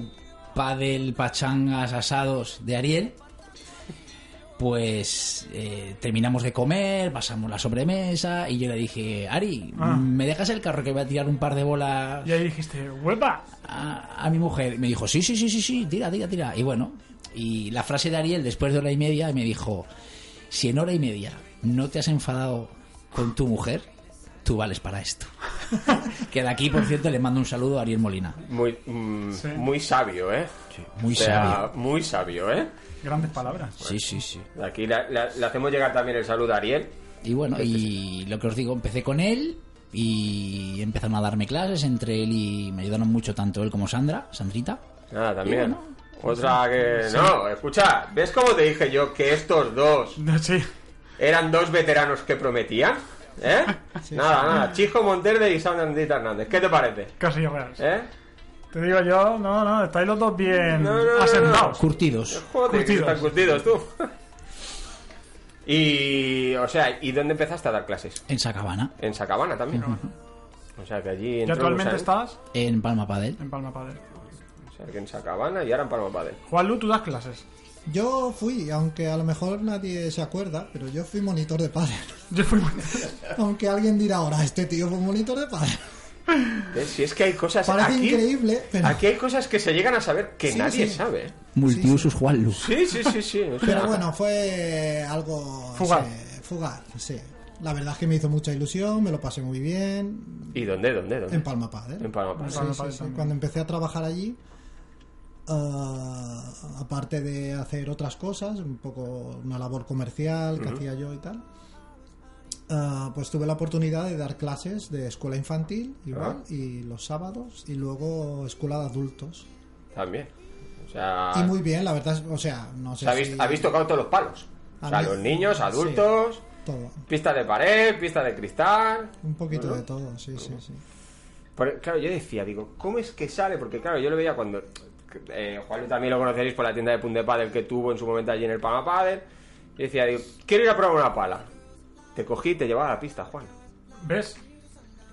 Speaker 10: pádel, pachangas, asados de Ariel. pues eh, terminamos de comer, pasamos la sobremesa y yo le dije, Ari,
Speaker 7: Ah.
Speaker 10: ¿me dejas el carro que voy a tirar un par de bolas
Speaker 7: Y ahí dijiste, huepa.
Speaker 10: a, a mi mujer? Y me dijo, sí, sí, sí, sí, sí, tira, tira, tira. Y bueno, y la frase de Ariel después de hora y media me dijo, si en hora y media no te has enfadado con tu mujer, tú vales para esto. que de aquí, por cierto, le mando un saludo a Ariel Molina.
Speaker 8: Muy, mm, muy sabio, ¿eh?
Speaker 10: muy sabio.
Speaker 8: Muy sabio, ¿eh?
Speaker 7: Grandes palabras.
Speaker 10: Sí, sí, sí.
Speaker 8: Aquí la- la- le hacemos llegar también el saludo a Ariel. Este
Speaker 10: Y bueno, y lo que os digo, empecé con él y empezaron a darme clases entre él y me ayudaron mucho tanto él como Sandra, Sandrita.
Speaker 8: Nada, Ah, también.
Speaker 10: bueno, pues,
Speaker 8: Otra que... No, escucha, ¿ves cómo te dije yo que estos dos
Speaker 7: Sí.
Speaker 8: eran dos veteranos que prometían? ¿Eh? nada, nada. Chijo Monterde y Sandrita Hernández. ¿Qué te parece?
Speaker 7: Casi real.
Speaker 8: ¿Eh?
Speaker 7: Te digo yo, no, no, estáis los dos bien
Speaker 8: No, no, no,
Speaker 7: asentados.
Speaker 10: Curtidos.
Speaker 8: Joder, que
Speaker 7: Curtidos.
Speaker 8: están curtidos tú. y, o sea, ¿y dónde empezaste a dar clases?
Speaker 10: En Sacabana,
Speaker 8: En Sacabana también. O sea, que allí...
Speaker 7: ¿Y
Speaker 8: entró
Speaker 7: actualmente
Speaker 8: Luis An-
Speaker 7: estás?
Speaker 10: en Palma Padel.
Speaker 7: En Palma Padre.
Speaker 8: O sea, que en Sacabana y ahora en Palma Padel.
Speaker 7: Juanlu, tú das clases.
Speaker 9: Yo fui, aunque a lo mejor nadie se acuerda, pero yo fui monitor de padre.
Speaker 7: Yo fui.
Speaker 9: Aunque alguien dirá ahora, este tío fue monitor de padre.
Speaker 8: ¿Ves? Eh, Si es que hay cosas
Speaker 9: Parece
Speaker 8: aquí...
Speaker 9: increíble, pero,
Speaker 8: Aquí hay cosas que se llegan a saber que
Speaker 9: Sí,
Speaker 8: nadie
Speaker 9: sí.
Speaker 8: sabe.
Speaker 10: Multiusus Juan Luz.
Speaker 8: Sí, sí, sí, sí. o sea,
Speaker 9: pero bueno, fue algo
Speaker 7: Fugaz.
Speaker 9: sí, fugaz, sí. La verdad es que me hizo mucha ilusión, me lo pasé muy bien.
Speaker 8: ¿Y dónde, dónde, dónde?
Speaker 9: En Palma Padel.
Speaker 8: En Palma Padel.
Speaker 9: Sí,
Speaker 7: Palma
Speaker 9: sí,
Speaker 7: Padel
Speaker 9: sí.
Speaker 7: también.
Speaker 9: Cuando empecé a trabajar allí, ah, aparte de hacer otras cosas, un poco una labor comercial que hacía yo y tal, ah, pues tuve la oportunidad de dar clases de escuela infantil, igual, y los sábados, y luego escuela de adultos.
Speaker 8: También. O sea,
Speaker 9: Y muy bien, la verdad, es- o sea, no sé.
Speaker 8: habéis,
Speaker 9: si-
Speaker 8: habéis tocado todos los palos. O sea,
Speaker 9: Habéis-
Speaker 8: los niños,
Speaker 9: sí.
Speaker 8: adultos,
Speaker 9: Todo,
Speaker 8: pistas de pared, pistas de cristal.
Speaker 9: un poquito
Speaker 8: ¿no?
Speaker 9: de todo, sí, sí, sí.
Speaker 8: Pero, claro, yo decía, digo, ¿cómo es que sale? Porque claro, yo lo veía cuando... Eh, Juan también lo conoceréis por la tienda de Pun de Padel que tuvo en su momento allí en el Palma Padel. Yo decía, digo, quiero ir a probar una pala. Te cogí y te llevaba a la pista, Juan.
Speaker 7: ¿Ves?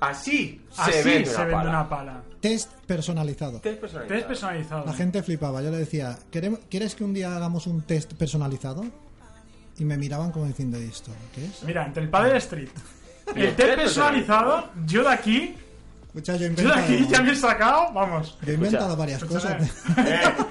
Speaker 8: Así,
Speaker 7: Así
Speaker 8: se vende una pala.
Speaker 7: una pala.
Speaker 9: Test personalizado.
Speaker 8: Test personalizado.
Speaker 7: Te es personalizado.
Speaker 9: La gente flipaba. Yo le decía, "¿Querem- ¿quieres que un día hagamos un test personalizado? Y me miraban como diciendo, "¿Y esto qué es?
Speaker 7: Mira, entre el Padel Street y
Speaker 8: Y el
Speaker 7: el test
Speaker 8: test
Speaker 7: personalizado, yo de aquí,
Speaker 9: Escucha, yo he
Speaker 7: yo de
Speaker 9: inventado,
Speaker 7: aquí ya me he sacado, vamos. Eh,
Speaker 9: yo he inventado varias
Speaker 7: Escucha.
Speaker 9: cosas.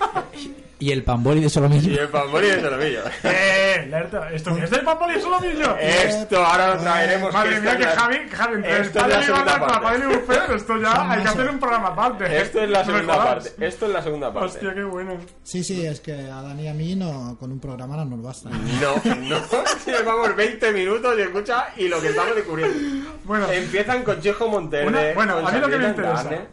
Speaker 10: Y el Pamboli de Solomillo.
Speaker 8: Y el Pamboli de Solomillo.
Speaker 7: Eh, Lerta, esto que es del Papoli solo mío.
Speaker 8: Eh, Esto ahora lo traeremos.
Speaker 7: Eh, Madre
Speaker 8: esto
Speaker 7: mía, que
Speaker 8: ya-
Speaker 7: Javi, que Javi, entre el
Speaker 8: Esto es la
Speaker 7: Padel y
Speaker 8: segunda
Speaker 7: Banda, Papá
Speaker 8: parte.
Speaker 7: y Buffet, esto ya hay que hacer un programa aparte.
Speaker 8: Esto es la
Speaker 7: No me
Speaker 8: segunda
Speaker 7: jodas.
Speaker 8: parte. Esto es la segunda parte.
Speaker 7: Hostia, qué bueno.
Speaker 9: Sí, sí, es que a Dani y a mí no, con un programa no nos basta.
Speaker 8: No, no. Llevamos 20 minutos y escucha y lo que estamos descubriendo.
Speaker 7: Bueno,
Speaker 8: Empiezan con Chejo Monterde.
Speaker 7: Una- bueno,
Speaker 8: con
Speaker 7: a mí lo que me
Speaker 8: Sabrina
Speaker 7: interesa.
Speaker 8: Andrade.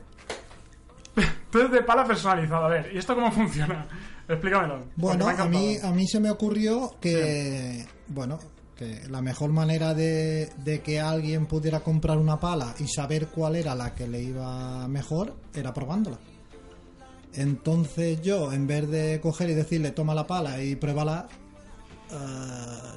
Speaker 7: test de pala personalizado. A ver, ¿y esto cómo funciona? Explícamelo. porque
Speaker 9: Bueno,
Speaker 7: me ha
Speaker 9: a mí,
Speaker 7: encantado.
Speaker 9: a mí se me ocurrió que, bueno, que la mejor manera de, de que alguien pudiera comprar una pala y saber cuál era la que le iba mejor era probándola. Entonces yo, en vez de coger y decirle toma la pala y pruébala, eh,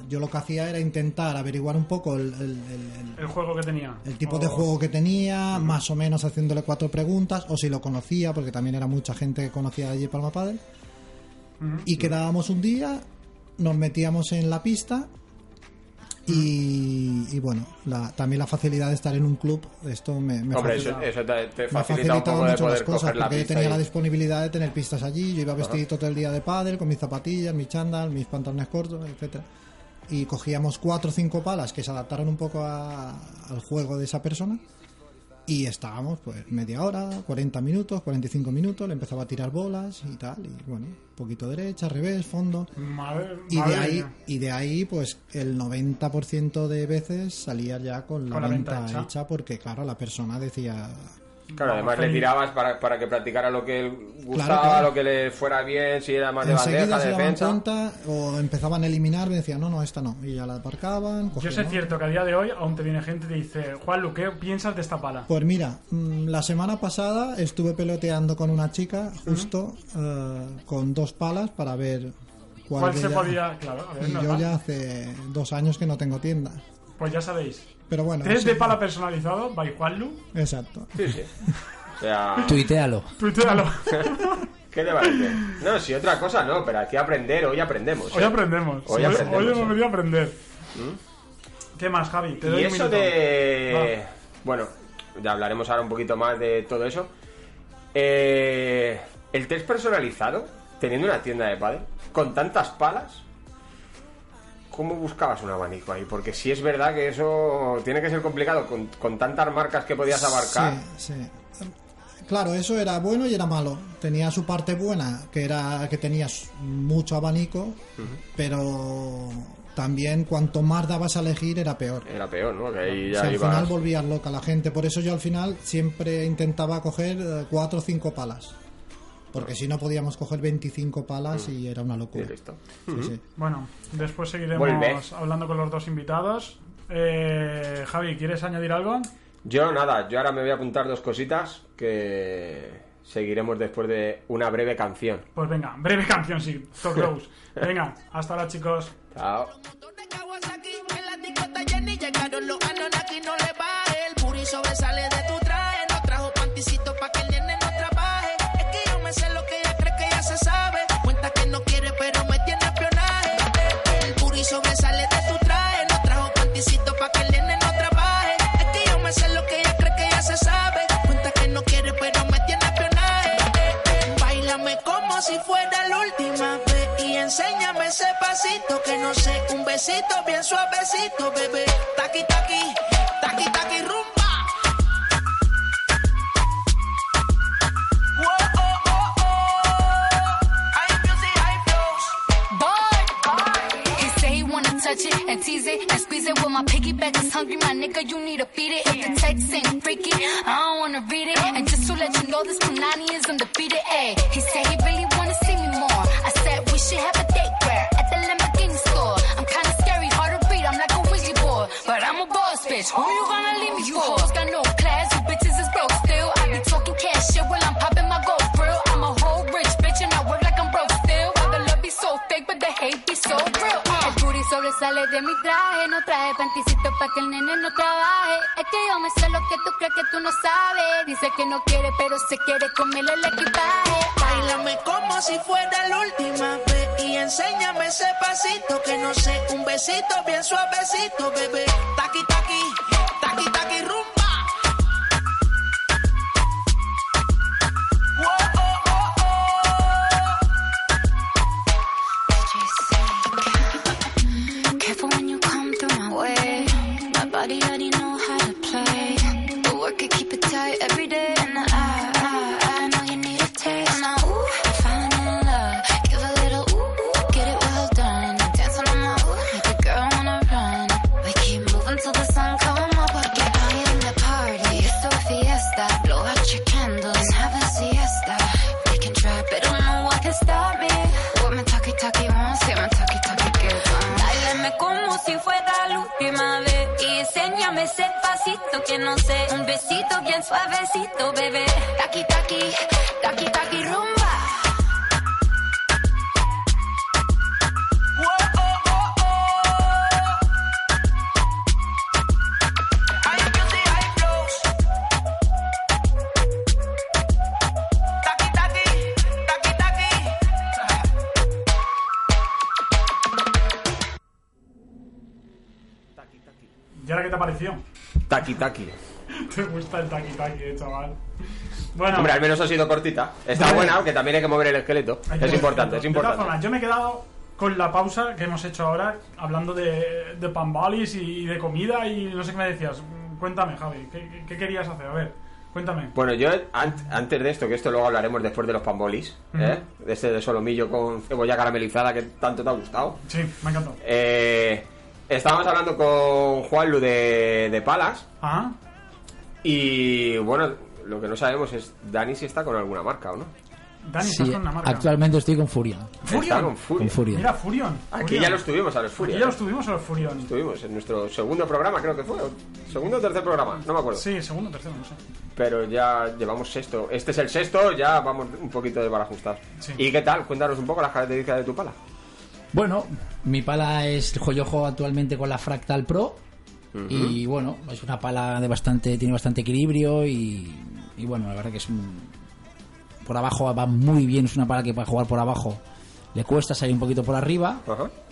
Speaker 9: yo lo que hacía era intentar averiguar un poco el- el- el- el,
Speaker 7: El juego que tenía. Oh,
Speaker 9: el tipo
Speaker 7: O-
Speaker 8: Oh.
Speaker 9: de juego que tenía, más o menos haciéndole cuatro preguntas, o si lo conocía, porque también era mucha gente que conocía allí Palma Padel. Y quedábamos un día, nos metíamos en la pista. Y, y bueno, la- también la facilidad de estar en un club, esto me, me
Speaker 8: Hombre,
Speaker 9: facilita-
Speaker 8: eso, eso te, te
Speaker 9: me ha
Speaker 8: facilita un
Speaker 9: facilitado
Speaker 8: poco de
Speaker 9: mucho las
Speaker 8: poder
Speaker 9: cosas,
Speaker 8: coger la
Speaker 9: porque yo
Speaker 8: pista.
Speaker 9: tenía
Speaker 8: y-
Speaker 9: la disponibilidad de tener pistas allí, yo iba vestido todo el día de pádel, con mis zapatillas, mis chándal, mis pantalones cortos, etcétera Y cogíamos cuatro o cinco palas que se adaptaron un poco a- al juego de esa persona. Y estábamos pues media hora, 40 minutos, 45 minutos, le empezaba a tirar bolas y tal, y bueno, un poquito derecha, revés, fondo.
Speaker 7: Madre,
Speaker 9: Y de,
Speaker 7: madre
Speaker 9: ahí,
Speaker 7: mía.
Speaker 9: y de ahí, pues el 90% de veces salía ya con la,
Speaker 7: Con la
Speaker 9: venta,
Speaker 7: venta hecha.
Speaker 9: hecha, porque claro, la persona decía,
Speaker 8: Claro, además le
Speaker 7: Vamos,
Speaker 8: tirabas para, para que practicara lo que él gustaba,
Speaker 9: claro.
Speaker 8: lo que le fuera bien, si era más de
Speaker 9: enseguida
Speaker 8: bandeja,
Speaker 9: se
Speaker 8: de
Speaker 9: daban
Speaker 8: defensa.
Speaker 9: cuenta o empezaban a eliminar, me decían, no, no, esta no, y ya la aparcaban.
Speaker 7: Yo
Speaker 9: cogían
Speaker 7: sé
Speaker 9: otra.
Speaker 7: cierto que a día de hoy aún te viene gente y te dice, Juan ¿qué piensas de esta pala?
Speaker 9: Pues mira, mm, la semana pasada estuve peloteando con una chica, justo, eh, con dos palas para ver cuál,
Speaker 7: ¿Cuál
Speaker 9: de
Speaker 7: se
Speaker 9: ellas-
Speaker 7: podía...? Claro, a ver,
Speaker 9: Y
Speaker 7: no,
Speaker 9: yo
Speaker 7: tal.
Speaker 9: ya hace dos años que no tengo tienda.
Speaker 7: Pues ya sabéis.
Speaker 9: Pero bueno.
Speaker 7: Test
Speaker 9: sí.
Speaker 7: de pala personalizado by Juanlu.
Speaker 9: Exacto.
Speaker 8: Sí, sí. O sea,
Speaker 10: Tuitealo.
Speaker 7: Tuitealo.
Speaker 8: ¿Qué te parece? No, si otra cosa no, pero aquí aprender, hoy aprendemos.
Speaker 7: Hoy
Speaker 8: ¿eh?
Speaker 7: aprendemos. Hoy-
Speaker 8: Hoy aprendemos. ¿Mm?
Speaker 7: hoy hemos venido a aprender. ¿Qué más, Javi? Te doy
Speaker 8: Y
Speaker 7: un
Speaker 8: eso
Speaker 7: minuto.
Speaker 8: de. Bueno, ya hablaremos ahora un poquito más de todo eso. Eh, el test personalizado, teniendo una tienda de pádel, con tantas palas, ¿cómo buscabas un abanico ahí? Porque si es verdad que eso tiene que ser complicado con, con tantas marcas que podías abarcar.
Speaker 9: Sí, sí. Claro, eso era bueno y era malo. Tenía su parte buena, que era que tenías mucho abanico, pero también cuanto más dabas a elegir era peor.
Speaker 8: Era peor, ¿no? Que ahí
Speaker 9: O
Speaker 8: ya
Speaker 9: sea, al
Speaker 8: ibas-
Speaker 9: final volvías loca la gente. Por eso yo al final siempre intentaba coger eh, cuatro o cinco palas. Porque si no podíamos coger 25 palas y era una locura.
Speaker 8: Y listo.
Speaker 9: Sí, sí.
Speaker 7: Bueno, después seguiremos
Speaker 8: Vuelve.
Speaker 7: hablando con los dos invitados. Eh, Javi, ¿quieres añadir algo?
Speaker 8: Yo nada, yo ahora me voy a apuntar dos cositas que seguiremos después de una breve canción.
Speaker 7: Pues venga, breve canción, sí. Talk Rose. Venga, hasta ahora, chicos.
Speaker 8: Chao.
Speaker 11: En la discota Jenny llegaron los Anunnaki, no le baje. El puri sobresale de tu traje. No trajo panticito pa' que el nene no trabaje. Es que yo me sé lo que ella cree que ya se sabe. Cuenta que no quiere, pero me tiene espionaje. El puri sobresale de tu traje. No trajo panticito pa' que el nene no trabaje. Es que yo me sé lo que ella cree que ya se sabe. Cuenta que no quiere, pero me tiene espionaje. Bailame como si fuera la última vez y enséñame ese pasito que no sé, un besito bien suavecito, bebé. Taqui taqui, taqui taqui rumba. Wow, oh, oh, oh. High music, high flows.
Speaker 12: But he say he wanna touch it and tease it and squeeze it. Well, my piggyback is hungry, my nigga. You need to feed it. If the text ain't freaky, I don't wanna read it. And just to let you know, this Punani is undefeated. Ayy, he said he really wanna see me more. I said we should have a date where at the Lamborghini store. I'm kinda scary, hard to read. I'm like a Ouija board, but I'm a boss bitch. Who you gonna leave me for? You hoes got no class, you bitches is broke still. I be talking cash shit while I'm popping my gold grill. I'm a whole rich bitch and I work like I'm broke still. Why the love be so fake, but the hate be so real. Uh. El booty sobresale de mi traje, no traje panticito pa' que el nene no trabaje. Es que yo me sé lo que tú crees que tú no sabes. Dice que no quiere, pero se quiere comerle el equipaje.
Speaker 11: Bailame como si fuera la última vez y enséñame ese pasito que no sé, un besito bien suavecito, bebé. Taqui taqui, taqui taqui rumba. Wow, oh, oh,
Speaker 12: Careful when you come through my way. My body already know how to play. But work it, keep it tight every day. And I, I, I know you need a taste. Now, ooh, falling in love. Give a little ooh, ooh, get it well done. Dancing on my ooh, make a girl wanna run. We keep moving till the sun come up. We'll get high in the party. It's a fiesta. Blow out your candles, have a siesta. They can try, but don't know what can stop me. What my talkie talkie wants, get my talkie talkie gives. Um,
Speaker 13: Báilame como si fuera la última vez y enséñame ese pasito que no sé, un besito bien suavecito, bebé. Taqui taqui, taqui taqui rumba.
Speaker 11: oh, oh, oh, oh. High music, high flows. Taqui taqui, taqui taqui.
Speaker 7: ¿Y ahora qué te ha parecido?
Speaker 8: Taki taki.
Speaker 7: ¿Te gusta el taqui taqui, eh, chaval? Bueno,
Speaker 8: Hombre, al menos ha sido cortita. Está
Speaker 7: Vale.
Speaker 8: buena, aunque también hay que mover el esqueleto. Es importante, es
Speaker 7: de todas
Speaker 8: importante.
Speaker 7: formas, yo me he quedado con la pausa que hemos hecho ahora hablando de, de pambalis y de comida y no sé qué me decías. Mm, Cuéntame, Javi, ¿qué, qué- qué querías hacer? A ver, cuéntame.
Speaker 8: Bueno, yo an- antes de esto, que esto luego hablaremos después de los pambolis, ¿eh? de este de solomillo con cebolla caramelizada que tanto te ha gustado.
Speaker 7: Sí, me ha encantado.
Speaker 8: Eh, estábamos hablando con Juanlu de, de Palas
Speaker 7: Ah,
Speaker 8: y bueno, lo que no sabemos es Dani si está con alguna marca o no.
Speaker 7: Dani,
Speaker 10: Sí,
Speaker 7: estás con una marca.
Speaker 10: actualmente estoy con Furion.
Speaker 8: Está con Furion.
Speaker 10: Con Furion.
Speaker 7: Mira, Furion.
Speaker 8: Aquí
Speaker 7: Furion.
Speaker 8: ya los tuvimos a los Furion. ¿eh?
Speaker 7: Aquí ya los tuvimos a los Furion.
Speaker 8: Estuvimos en nuestro segundo programa, creo que fue. o Segundo o tercer programa, no me acuerdo.
Speaker 7: Sí, segundo, tercero, no sé.
Speaker 8: Pero ya llevamos sexto. Este es el sexto, ya vamos un poquito de barajustados. ¿Y qué tal? Cuéntanos un poco las características de tu pala.
Speaker 10: Bueno, mi pala es yo juego actualmente con la Fractal Pro y bueno, es una pala de bastante tiene bastante equilibrio y, y, bueno, la verdad que es un por abajo va muy bien, es una pala que para jugar por abajo le cuesta salir un poquito por arriba,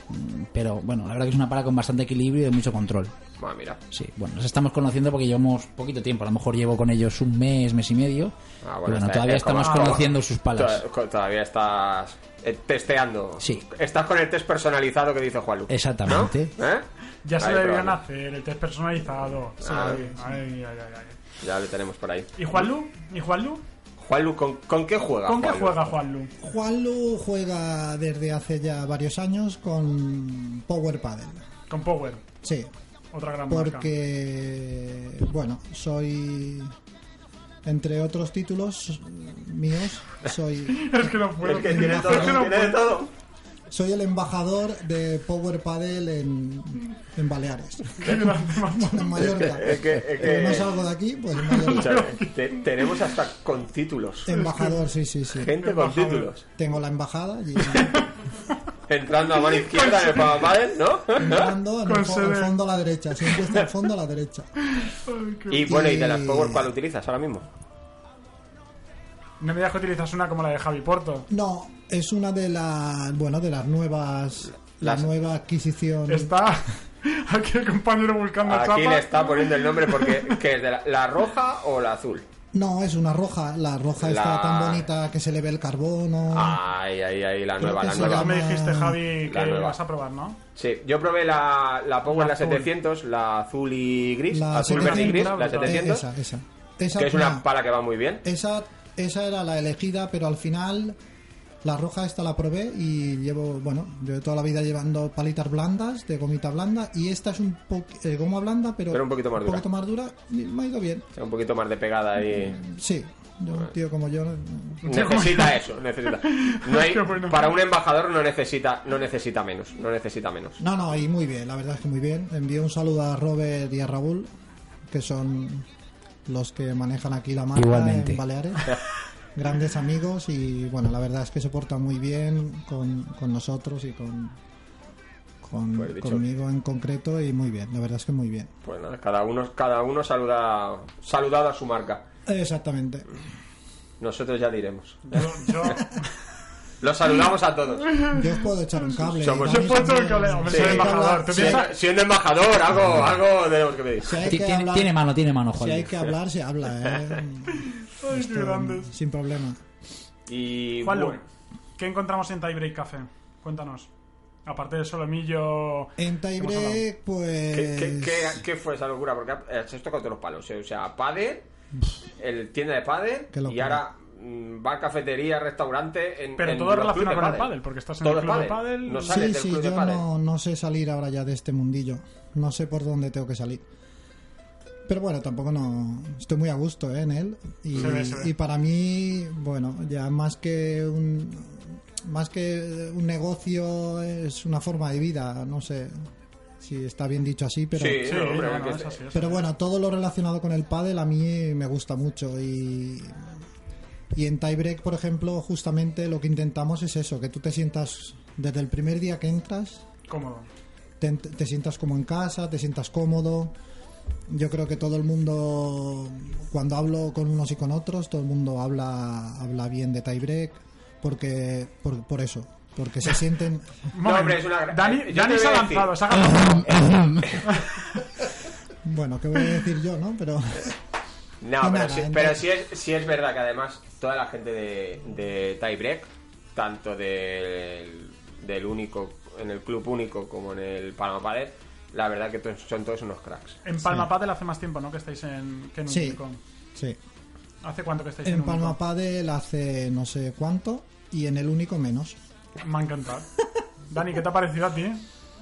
Speaker 10: Mm, pero bueno, la verdad que es una pala con bastante equilibrio y mucho control.
Speaker 8: Ah, mira.
Speaker 10: Sí, bueno, nos estamos conociendo porque llevamos poquito tiempo, a lo mejor llevo con ellos un mes, mes y medio.
Speaker 8: Ah,
Speaker 10: Y
Speaker 8: bueno, está-
Speaker 10: todavía
Speaker 8: es como-
Speaker 10: estamos
Speaker 8: como-
Speaker 10: conociendo sus palas.
Speaker 8: to- co- Todavía estás eh, testeando.
Speaker 10: Sí.
Speaker 8: Estás con el test personalizado que dice Juanlu.
Speaker 10: Exactamente.
Speaker 8: ¿No? ¿Eh?
Speaker 7: Ya se
Speaker 8: Ahí,
Speaker 7: deberían
Speaker 8: probable.
Speaker 7: hacer el test personalizado. Sí.
Speaker 8: Ah.
Speaker 7: Ay, ay, ay, ay.
Speaker 8: Ya lo tenemos por ahí.
Speaker 7: ¿Y Juanlu? ¿Y Juanlu?
Speaker 8: Juanlu, ¿con, con qué juega?
Speaker 7: ¿Con qué
Speaker 8: Juanlu?
Speaker 7: juega Juanlu?
Speaker 9: Juanlu juega desde hace ya varios años con Power Paddle.
Speaker 7: Con Power.
Speaker 9: Sí,
Speaker 7: Otra gran marca.
Speaker 9: porque bueno soy entre otros títulos míos soy
Speaker 7: Es que no puedo.
Speaker 9: Es que tiene todo,
Speaker 7: Es que no
Speaker 9: tiene
Speaker 7: puedo.
Speaker 8: todo.
Speaker 9: soy el embajador de Power Paddle en, en Baleares en Mallorca
Speaker 8: Es que- es que-
Speaker 9: Como no salgo de aquí pues en Mallorca.
Speaker 8: Escucha, eh, te- tenemos hasta con títulos.
Speaker 9: embajador sí sí sí
Speaker 8: Gente con títulos.
Speaker 9: tengo la embajada y
Speaker 8: Entrando a mano izquierda en el Papa Padel, ¿no?
Speaker 9: entrando en el, fo- el fondo a la derecha siempre está el fondo a la derecha
Speaker 8: Y bueno, ¿y de las Power cuál utilizas ahora mismo?
Speaker 7: No me digas que utilizas una como la de Javi Porto.
Speaker 9: no es una de las bueno de las nuevas la
Speaker 8: Las-
Speaker 9: nueva adquisición
Speaker 7: Está aquí el compañero buscando
Speaker 8: Aquí
Speaker 7: chapa.
Speaker 8: le está poniendo el nombre porque ¿qué es de la, la roja o la azul.
Speaker 9: No, es una roja. La roja
Speaker 8: La-
Speaker 9: está tan bonita que se le ve el carbono.
Speaker 8: Ay, ay, ay, la
Speaker 9: Creo
Speaker 8: nueva,
Speaker 9: que
Speaker 8: la
Speaker 9: se
Speaker 8: nueva.
Speaker 9: llama- Me dijiste,
Speaker 7: Javi,
Speaker 8: La
Speaker 7: que
Speaker 8: nueva.
Speaker 7: vas a probar, ¿no?
Speaker 8: Sí, yo probé la, la Power,
Speaker 7: La
Speaker 8: la,
Speaker 7: azul.
Speaker 8: 700, la azul y gris,
Speaker 9: La
Speaker 8: azul, verde y gris,
Speaker 9: 700,
Speaker 8: la
Speaker 9: eh,
Speaker 8: 700,
Speaker 9: Esa, esa. Esa, Eh.
Speaker 8: que es una pala que va muy bien.
Speaker 9: esa, esa era la elegida, pero al final la roja esta la probé y llevo, bueno, llevo toda la vida llevando palitas blandas, de gomita blanda, y esta es un po eh, goma blanda, pero,
Speaker 8: Pero un poquito más dura.
Speaker 9: poquito más dura y me ha ido bien.
Speaker 8: Un poquito más de pegada ahí.
Speaker 9: Sí, yo, un tío como yo...
Speaker 8: Necesita eso, necesita. No hay- para un embajador no necesita, no necesita menos, no necesita menos.
Speaker 9: No, no, y muy bien, la verdad es que muy bien. Envío un saludo a Robert y a Raúl, que son los que manejan aquí la marca
Speaker 10: Igualmente.
Speaker 9: en Baleares. Grandes amigos y bueno, la verdad es que se porta muy bien con, con nosotros y con, con-
Speaker 8: Pues dicho.
Speaker 9: conmigo en concreto y muy bien, la verdad es que muy bien.
Speaker 8: Pues nada, cada uno, cada uno saluda, saludado a su marca.
Speaker 9: Exactamente.
Speaker 8: Nosotros ya diremos. Los saludamos a todos.
Speaker 9: Yo os puedo echar un cable.
Speaker 8: Somos-
Speaker 9: Dani,
Speaker 8: Yo puedo echar
Speaker 9: también.
Speaker 8: un cable, hombre, soy embajador. ¿Tú piensas? Siendo embajador, algo- algo tenemos que pedir.
Speaker 9: Si hay
Speaker 10: Ti-
Speaker 9: que
Speaker 10: tiene-
Speaker 9: hablar-
Speaker 10: tiene mano, tiene mano, Juan.
Speaker 9: Si hay que hablar, se habla, ¿eh?
Speaker 7: Ay, qué
Speaker 9: Esto,
Speaker 7: grande.
Speaker 9: sin problema.
Speaker 8: Y
Speaker 7: Juanlu,
Speaker 8: bueno,
Speaker 7: ¿qué encontramos en Tiebreak Café? Cuéntanos. Aparte de solomillo...
Speaker 9: En
Speaker 7: que hemos
Speaker 9: tiebreak, pues...
Speaker 8: ¿qué, qué- qué- qué fue esa locura? Porque eh, has hecho con todos los palos. O sea, pádel, el tienda de pádel
Speaker 9: Qué locura.
Speaker 8: y ahora mm, bar, cafetería, restaurante. En,
Speaker 7: Pero
Speaker 8: en
Speaker 7: todo
Speaker 8: los
Speaker 7: relacionado
Speaker 8: clubes
Speaker 7: con el
Speaker 8: de
Speaker 7: pádel, porque estás en
Speaker 8: Todo
Speaker 7: el
Speaker 8: es
Speaker 7: club de
Speaker 8: pádel.
Speaker 7: pádel.
Speaker 8: No sales
Speaker 9: sí,
Speaker 8: del
Speaker 9: sí,
Speaker 8: club de
Speaker 9: yo
Speaker 8: pádel.
Speaker 9: no, no sé salir ahora ya de este mundillo. No sé por dónde tengo que salir. Pero bueno, tampoco no... Estoy muy a gusto ¿eh? en él. Y,
Speaker 7: Se ve, se ve.
Speaker 9: y para mí, bueno, ya más que un... Más que un negocio es una forma de vida, no sé si está bien dicho así, pero...
Speaker 8: Sí, no, hombre,
Speaker 7: no, no,
Speaker 8: que-
Speaker 7: es así, es
Speaker 9: Pero bueno, todo lo relacionado con el pádel a mí me gusta mucho y y en tiebreak, por ejemplo, justamente lo que intentamos es eso, que tú te sientas desde el primer día que entras,
Speaker 7: Cómodo.
Speaker 9: te, te sientas como en casa, te sientas cómodo. Yo creo que todo el mundo, cuando hablo con unos y con otros, todo el mundo habla habla bien de tiebreak porque por, por eso, porque se sienten
Speaker 7: Moment.
Speaker 8: hombre, es una gra-
Speaker 7: Dani,
Speaker 8: Yo
Speaker 7: Dani
Speaker 8: te
Speaker 7: se ha
Speaker 8: voy a decir-
Speaker 7: lanzado, se ha lanzado.
Speaker 9: bueno, qué voy a decir yo, ¿no? Pero
Speaker 8: No,
Speaker 9: No,
Speaker 8: pero,
Speaker 9: no,
Speaker 8: sí,
Speaker 9: no,
Speaker 8: pero
Speaker 9: no.
Speaker 8: sí, es, sí es verdad que además toda la gente de, de Tiebreak, tanto del, del único, en el club único como en el Palma Padel, la verdad que to- son todos unos cracks.
Speaker 7: En Palma Padel hace más tiempo, ¿no? Que estáis en, que en
Speaker 9: Ah, Sí.
Speaker 7: Único.
Speaker 9: sí.
Speaker 7: ¿Hace cuánto que estáis en,
Speaker 9: En
Speaker 7: Único?
Speaker 9: Palma Padel hace no sé cuánto y en el único menos.
Speaker 7: Me ha encantado. Dani, ¿qué te ha parecido a ti?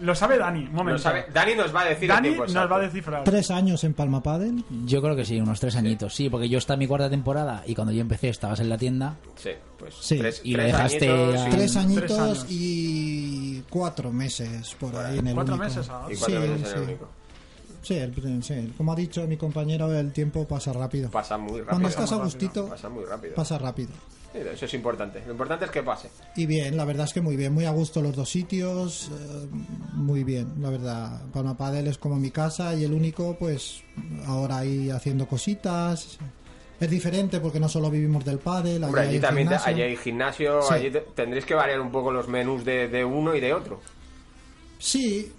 Speaker 7: Lo sabe Dani, un momento.
Speaker 8: Lo sabe- Dani nos va a decir el
Speaker 7: Dani
Speaker 8: tiempo
Speaker 7: nos
Speaker 8: exacto.
Speaker 7: va a descifrar.
Speaker 9: Tres años en Palma Padel.
Speaker 10: Yo creo que sí, unos tres añitos. Sí, porque yo estaba en mi cuarta temporada y cuando yo empecé estabas en la tienda.
Speaker 8: Sí, pues
Speaker 10: Sí.
Speaker 8: tres,
Speaker 10: Y
Speaker 8: tres
Speaker 10: lo dejaste
Speaker 8: añitos
Speaker 10: a-
Speaker 8: y-
Speaker 9: Eh, Tres añitos
Speaker 7: Tres años.
Speaker 9: y cuatro meses por ahí en el
Speaker 7: Cuatro
Speaker 9: único.
Speaker 7: meses, ah.
Speaker 8: y cuatro
Speaker 9: sí,
Speaker 8: veces en
Speaker 9: sí.
Speaker 8: el único.
Speaker 9: Sí, el- sí, como ha dicho mi compañero, el tiempo pasa rápido.
Speaker 8: Pasa muy rápido.
Speaker 9: Cuando estás a
Speaker 8: Muy rápido,
Speaker 9: gustito,
Speaker 8: Pasa muy rápido.
Speaker 9: pasa rápido.
Speaker 8: Sí, Eso es importante. Lo importante es que pase.
Speaker 9: Y bien, la verdad es que muy bien, muy a gusto los dos sitios, eh, muy bien, la verdad. Palma Padel es como mi casa y el único, pues ahora ahí haciendo cositas, Es diferente porque no solo vivimos del pádel,
Speaker 8: Hombre,
Speaker 9: allá
Speaker 8: allí
Speaker 9: hay
Speaker 8: también te-
Speaker 9: gimnasio.
Speaker 8: allí hay gimnasio,
Speaker 9: Sí.
Speaker 8: allí te- tendréis que variar un poco los menús de, de uno y de otro,
Speaker 9: Sí,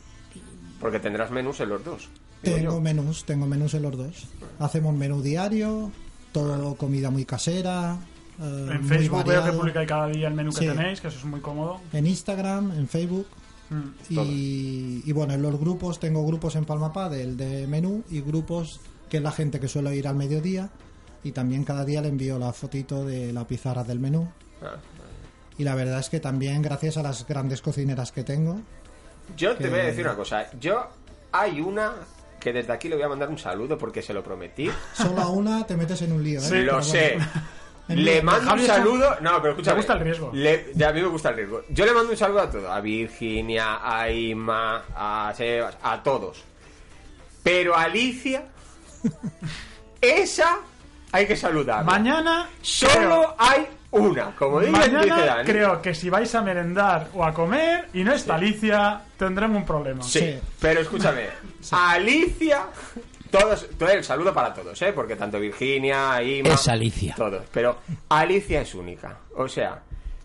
Speaker 8: porque tendrás menús en los dos.
Speaker 9: tengo menús, tengo menús en los dos. Hacemos menú diario, todo comida muy casera. eh,
Speaker 7: En
Speaker 9: muy
Speaker 7: Facebook veo que
Speaker 9: variado.
Speaker 7: publicáis cada día el menú que
Speaker 9: Sí.
Speaker 7: tenéis, que eso es muy cómodo.
Speaker 9: en Instagram, en Facebook.
Speaker 7: Mm,
Speaker 9: Y, y bueno, en los grupos tengo grupos en Palma Padel de menú y grupos que es la gente que suele ir al mediodía. Y también cada día le envío la fotito de la pizarra del menú.
Speaker 8: Ah,
Speaker 9: Y la verdad es que también gracias a las grandes cocineras que tengo.
Speaker 8: Yo te
Speaker 9: Que-
Speaker 8: voy a decir una cosa, yo hay una que desde aquí le voy a mandar un saludo porque se lo prometí.
Speaker 9: Solo a una te metes en un lío. ¿eh? Pero
Speaker 8: lo
Speaker 9: bueno.
Speaker 8: sé.
Speaker 9: En
Speaker 8: Le
Speaker 9: el-
Speaker 8: mando un
Speaker 9: Javi es un-
Speaker 8: saludo. No, pero escúchame.
Speaker 7: Me gusta el riesgo.
Speaker 8: Le- ya, a mí me gusta el riesgo. Yo le mando un saludo a todos. A Virginia, a Ima, a Sebas, a todos. Pero a Alicia, esa hay que saludar.
Speaker 7: Mañana
Speaker 8: Solo hay una. Como dice dice
Speaker 7: Mañana
Speaker 8: Dan.
Speaker 7: creo que si vais a merendar o a comer y no está Alicia, tendremos un problema.
Speaker 8: Sí, pero escúchame. Alicia. Todos, todo el saludo para todos, ¿eh? Porque tanto Virginia, Ima.
Speaker 10: Es Alicia.
Speaker 8: Todos. Pero Alicia es única. O sea,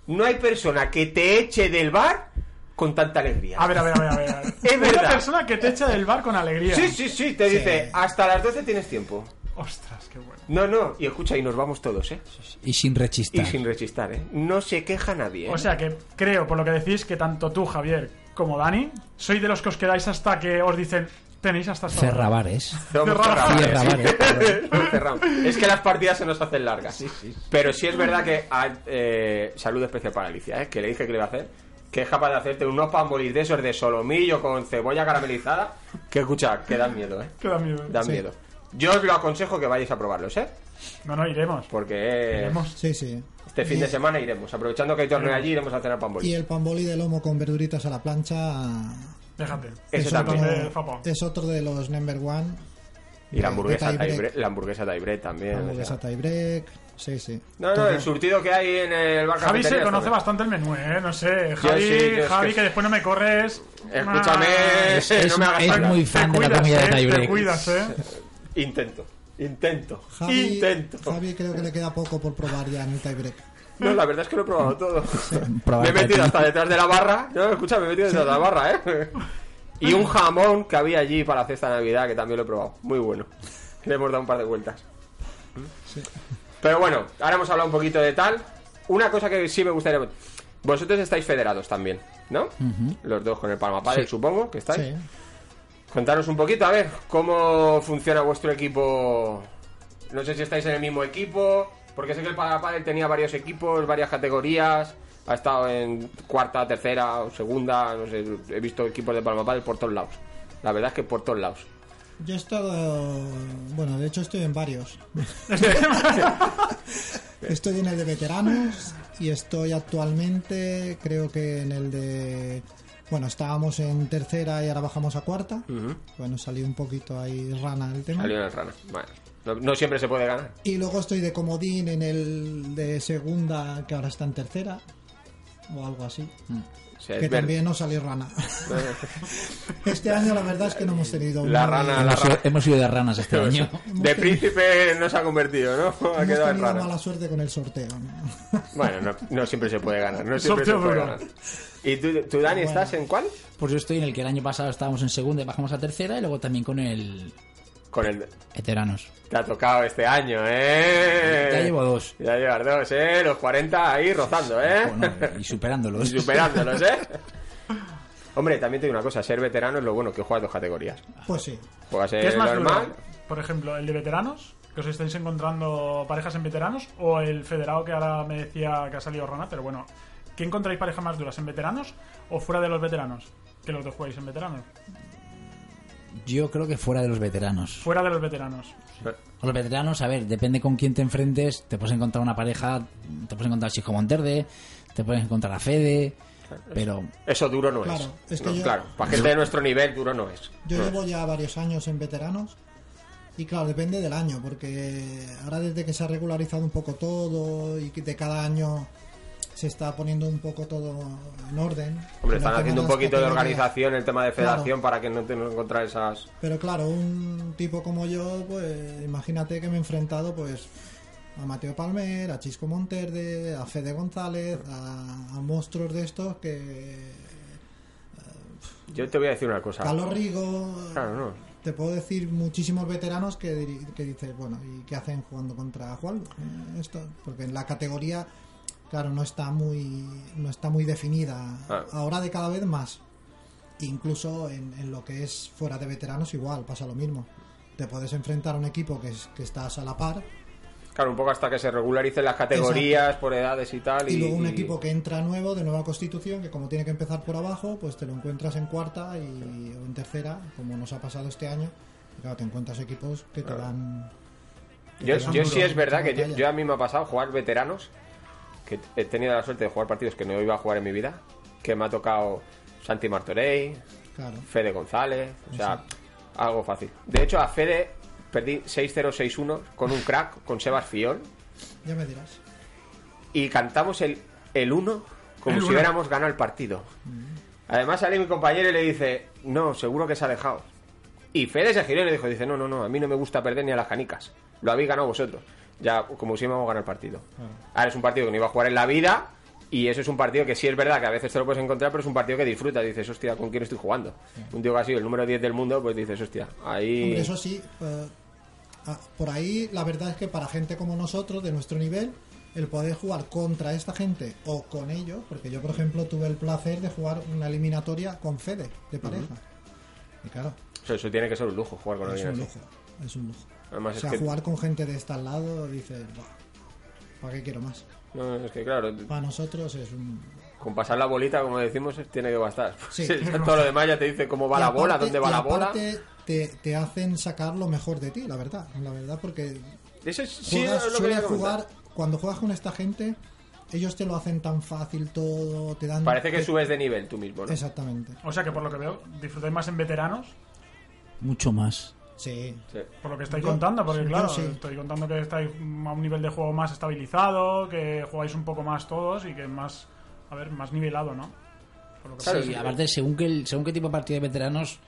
Speaker 8: no hay persona que te eche del bar con tanta alegría.
Speaker 7: A ver, a ver, a ver, a ver. a ver.
Speaker 8: Es
Speaker 7: Una
Speaker 8: verdad.
Speaker 7: persona que te echa del bar con alegría.
Speaker 8: Sí, sí, sí, te dice, hasta las 12 tienes tiempo.
Speaker 7: Ostras, qué bueno.
Speaker 8: No, no, y escucha, y nos vamos todos, ¿eh?
Speaker 10: Y sin rechistar.
Speaker 8: Y sin rechistar, ¿eh? No se queja nadie. ¿eh?
Speaker 7: O sea que creo, por lo que decís, que tanto tú, Javier, como Dani, sois de los que os quedáis hasta que os dicen, tenéis hasta esta hora".
Speaker 10: Cerrabares.
Speaker 8: Somos
Speaker 7: Cerramos.
Speaker 8: cerrabares.
Speaker 10: Cerramos.
Speaker 8: Nos cerramos. Es que las partidas se nos hacen largas. Pero sí es verdad que. ah, eh, saludo especial para Alicia, ¿eh? que le dije que le iba a hacer. Que es capaz de hacerte unos pambolis de esos de solomillo con cebolla caramelizada. Que escucha, que dan miedo, ¿eh?
Speaker 7: Que da miedo.
Speaker 8: Dan
Speaker 7: Sí.
Speaker 8: miedo. Yo os lo aconsejo que vayáis a probarlos, ¿eh?
Speaker 7: No, no, iremos.
Speaker 8: Porque eh,
Speaker 7: Iremos.
Speaker 9: Sí, sí.
Speaker 8: este fin de semana iremos. Aprovechando que hay torneo allí, iremos a cenar
Speaker 9: Y
Speaker 8: pambolis.
Speaker 9: el pamboli de lomo con verduritas a la plancha
Speaker 7: Déjate.
Speaker 8: Ese
Speaker 9: es
Speaker 8: también.
Speaker 7: Eh,
Speaker 9: otro,
Speaker 7: Fapa.
Speaker 9: es otro de los number one.
Speaker 8: Y la
Speaker 9: de- de
Speaker 8: hamburguesa
Speaker 9: tie break.
Speaker 8: Taibre, la hamburguesa Taibre también.
Speaker 9: La
Speaker 8: o sea.
Speaker 9: hamburguesa tie break. Sí, sí.
Speaker 8: No, no,
Speaker 9: Todo.
Speaker 8: el surtido que hay en el bar
Speaker 7: Javi se
Speaker 8: cafetería
Speaker 7: conoce
Speaker 8: está bien.
Speaker 7: bastante el menú, ¿eh? No sé. Javi,
Speaker 8: sí, yo es
Speaker 7: Javi
Speaker 8: que-
Speaker 7: que... después no me corres.
Speaker 8: Escúchame,
Speaker 7: Ah,
Speaker 8: es- no me hagas
Speaker 10: es
Speaker 8: caca.
Speaker 10: muy fan
Speaker 7: te
Speaker 10: de
Speaker 7: cuidas,
Speaker 10: la comida de
Speaker 7: eh,
Speaker 10: tiebreak.
Speaker 7: Te cuidas, ¿eh?
Speaker 8: Intento, intento,
Speaker 9: Javi,
Speaker 8: intento.
Speaker 9: Javi creo que le queda poco por probar ya en el tie break.
Speaker 8: No, la verdad es que lo he probado todo. me
Speaker 10: Probarte
Speaker 8: he metido
Speaker 10: a ti.
Speaker 8: hasta detrás de la barra. No, escucha, me he metido detrás de la barra, ¿eh? Y un jamón que había allí para la cesta de Navidad, que también lo he probado. Muy bueno. Le hemos dado un par de vueltas. Pero bueno, ahora hemos hablado un poquito de tal. Una cosa que sí me gustaría... Vosotros estáis federados también, ¿no? Los dos con el Palma Padel, supongo que estáis.
Speaker 9: Sí.
Speaker 8: Contaros un poquito, a ver, cómo funciona vuestro equipo. No sé si estáis en el mismo equipo, porque sé que el Parapadel tenía varios equipos, varias categorías. Ha estado en cuarta, tercera, o segunda, no sé, he visto equipos de Palma Padel por todos lados. La verdad es que por todos lados.
Speaker 9: Yo he estado. Bueno, de hecho estoy en varios. estoy en el de veteranos y estoy actualmente, creo que en el de. Bueno, estábamos en tercera y ahora bajamos a cuarta. Bueno, salió un poquito ahí rana el tema.
Speaker 8: Salió en el rana. Bueno, no, no siempre se puede ganar.
Speaker 9: Y luego estoy de comodín en el de segunda, que ahora está en tercera. O algo así.
Speaker 8: O sea, es
Speaker 9: que
Speaker 8: ver-
Speaker 9: también no salió rana. este año la verdad es que no hemos tenido
Speaker 8: La
Speaker 9: muy-
Speaker 8: rana, la
Speaker 10: Hemos
Speaker 8: rana.
Speaker 10: ido, hemos ido de ranas este año.
Speaker 8: De príncipe no se ha convertido, ¿no? Ha
Speaker 9: Hemos
Speaker 8: quedado en
Speaker 9: tenido
Speaker 8: rana.
Speaker 9: mala suerte con el sorteo. ¿no?
Speaker 8: Bueno, no, no siempre se puede ganar. No siempre se
Speaker 7: Sorteo
Speaker 8: puede
Speaker 7: duro.
Speaker 8: ganar. ¿Y tú, tú, Dani,
Speaker 9: Bueno.
Speaker 8: estás en cuál?
Speaker 10: Pues yo estoy en el que el año pasado estábamos en segunda y bajamos a tercera y luego también con el
Speaker 8: Con el,
Speaker 10: veteranos.
Speaker 8: Te ha tocado este año,
Speaker 10: Ya
Speaker 8: ¿eh?
Speaker 10: llevo dos.
Speaker 8: Ya llevas dos, ¿eh? Los 40 ahí rozando, ¿eh?
Speaker 10: Bueno, y superándolos.
Speaker 8: Superándolos, ¿eh? Hombre, también te digo una cosa. Ser veterano es lo bueno que juegas dos categorías.
Speaker 9: Pues sí.
Speaker 8: Juegas
Speaker 7: ¿Qué es
Speaker 8: el
Speaker 7: más
Speaker 8: normal...
Speaker 7: duro? Por ejemplo, el de veteranos, que os estáis encontrando parejas en veteranos, o el federado que ahora me decía que ha salido Rana, pero bueno, ¿qué encontráis parejas más duras? ¿En veteranos o fuera de los veteranos? Que los dos jugáis en veteranos.
Speaker 10: Yo creo que fuera de los veteranos.
Speaker 7: Fuera de los veteranos.
Speaker 10: Los veteranos, a ver, depende con quién te enfrentes. Te puedes encontrar una pareja, te puedes encontrar a Sijo Monterde, te puedes encontrar a Fede, pero
Speaker 8: Eso duro no
Speaker 9: Claro,
Speaker 8: es.
Speaker 9: es que
Speaker 8: No,
Speaker 9: yo-
Speaker 8: Claro, para gente de nuestro nivel duro no es.
Speaker 9: Yo llevo ya varios años en veteranos y claro, depende del año, porque ahora desde que se ha regularizado un poco todo y que de cada año se está poniendo un poco todo en orden.
Speaker 8: Hombre,
Speaker 9: en el tema
Speaker 8: están haciendo un
Speaker 9: las
Speaker 8: poquito de
Speaker 9: categorías.
Speaker 8: organización el tema de
Speaker 9: Claro.
Speaker 8: federación para que no te no encontrar esas...
Speaker 9: Pero claro, un tipo como yo, pues imagínate que me he enfrentado pues a Mateo Palmer, a Chisco Monterde, a Fede González, a, a monstruos de estos que.
Speaker 8: Yo te voy a decir una cosa.
Speaker 9: Carlos Rigo.
Speaker 8: Claro, no.
Speaker 9: Te puedo decir muchísimos veteranos que, diri- que dices, bueno, ¿y qué hacen jugando contra Juan? Eh, esto, porque en la categoría, claro, no está muy, no está muy definida.
Speaker 8: Ah.
Speaker 9: Ahora de cada vez más. Incluso en, en lo que es fuera de veteranos igual, pasa lo mismo. Te puedes enfrentar a un equipo que, es- que estás a la par
Speaker 8: Claro, un poco hasta que se regularicen las categorías por edades y tal. Y,
Speaker 9: y luego un
Speaker 8: y-
Speaker 9: equipo que entra nuevo, de nueva constitución, que como tiene que empezar por abajo, pues te lo encuentras en cuarta y, o en tercera, como nos ha pasado este año. Y claro, te encuentras equipos que te dan. que
Speaker 8: Yo,
Speaker 9: te dan
Speaker 8: yo
Speaker 9: duro,
Speaker 8: sí es verdad que yo,
Speaker 9: batalla.
Speaker 8: yo a mí me ha pasado jugar veteranos, que he tenido la suerte de jugar partidos que no iba a jugar en mi vida, que me ha tocado Santi Martorey,
Speaker 9: Claro.
Speaker 8: Fede González, o sea, algo fácil. De hecho, a Fede perdí 6-0-6-1 con un crack, con Sebas Fiol,
Speaker 9: Ya me dirás.
Speaker 8: y cantamos el 1 como
Speaker 9: El
Speaker 8: si
Speaker 9: uno.
Speaker 8: hubiéramos ganado el partido. Además sale mi compañero y le dice, no, seguro que se ha dejado. Y Fede se giró y le dijo, dice, no, no, no, a mí no me gusta perder ni a las canicas. Lo habéis ganado vosotros. Ya, como si íbamos a ganar el partido.
Speaker 9: Ah.
Speaker 8: Ahora es un partido que no iba a jugar en la vida y eso es un partido que sí es verdad que a veces te lo puedes encontrar, pero es un partido que disfrutas. Dices, hostia, ¿con quién estoy jugando? Un tío que ha sido el número 10 del mundo, pues dices, hostia, ahí...
Speaker 9: Hombre, eso sí, eh, ah, por ahí la verdad es que para gente como nosotros, de nuestro nivel, el poder jugar contra esta gente o con ellos, porque yo por ejemplo tuve el placer de jugar una eliminatoria con Fede, de pareja. Y claro,
Speaker 8: Eso, eso tiene que ser un lujo jugar con
Speaker 9: Es
Speaker 8: alguien
Speaker 9: un
Speaker 8: así.
Speaker 9: es un lujo.
Speaker 8: Además
Speaker 9: o
Speaker 8: es
Speaker 9: sea,
Speaker 8: que-
Speaker 9: jugar con gente de este al lado, dices, "Buah, ¿para qué quiero más?
Speaker 8: No, es que claro,
Speaker 9: Para nosotros es un...
Speaker 8: Con pasar la bolita, como decimos, tiene que bastar.
Speaker 9: Sí.
Speaker 8: Todo lo demás ya te dice cómo va
Speaker 9: Y
Speaker 8: la
Speaker 9: aparte-
Speaker 8: bola, dónde va
Speaker 9: y
Speaker 8: la bola.
Speaker 9: aparte Te, te hacen sacar lo mejor de ti, la verdad. La verdad, porque
Speaker 8: Eso es- sí,
Speaker 9: juegas-
Speaker 8: es lo que
Speaker 9: sueles
Speaker 8: quería comentar.
Speaker 9: jugar, cuando juegas con esta gente, ellos te lo hacen tan fácil todo, te dan...
Speaker 8: Parece que
Speaker 9: te-
Speaker 8: subes de nivel tú mismo, ¿no?
Speaker 9: Exactamente.
Speaker 7: O sea que por lo que veo, disfrutáis más en veteranos,
Speaker 10: Mucho más.
Speaker 9: Sí.
Speaker 7: por lo que estáis
Speaker 9: Yo-
Speaker 7: contando, porque
Speaker 9: yo
Speaker 7: claro,
Speaker 9: sí.
Speaker 7: estoy contando que estáis a un nivel de juego más estabilizado, que jugáis un poco más todos y que más, a ver, más nivelado, ¿no? Por lo que
Speaker 10: sí,
Speaker 7: parece.
Speaker 10: aparte, según qué, el- según qué tipo de partido de veteranos,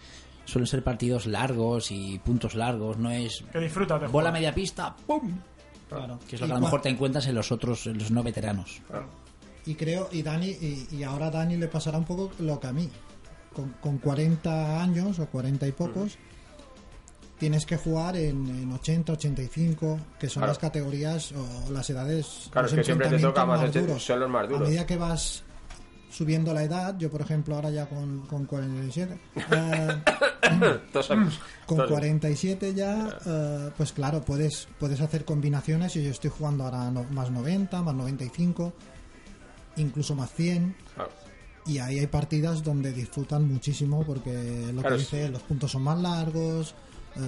Speaker 10: suelen ser partidos largos y puntos largos, no es...
Speaker 7: Que disfrutas de
Speaker 10: Bola
Speaker 7: jugar.
Speaker 10: media pista, ¡pum!
Speaker 8: Ah,
Speaker 9: Claro.
Speaker 10: Que es lo
Speaker 9: Y
Speaker 10: que a lo
Speaker 9: cua-
Speaker 10: mejor te encuentras en los otros, en los no veteranos.
Speaker 8: Ah.
Speaker 9: Y creo, y Dani, y, y ahora a Dani le pasará un poco lo que a mí. Con, con 40 años o 40 y pocos,
Speaker 8: Mm.
Speaker 9: tienes que jugar en, en 80, 85, que son
Speaker 8: Claro.
Speaker 9: las categorías o las edades.
Speaker 8: Claro,
Speaker 9: los
Speaker 8: es que siempre te toca
Speaker 9: enfrentamientos
Speaker 8: más ochen- son los más
Speaker 9: A
Speaker 8: duros.
Speaker 9: medida que vas subiendo la edad, yo por ejemplo ahora ya con, con 47, eh,
Speaker 8: Todos hemos-
Speaker 9: con
Speaker 8: todos-
Speaker 9: 47 ya, eh, pues claro, puedes, puedes hacer combinaciones y yo estoy jugando ahora no- más 90, más 95, incluso más 100.
Speaker 8: Claro.
Speaker 9: Y ahí hay partidas donde disfrutan muchísimo porque lo
Speaker 8: Claro,
Speaker 9: que
Speaker 8: sí.
Speaker 9: dice, los puntos son más largos, eh,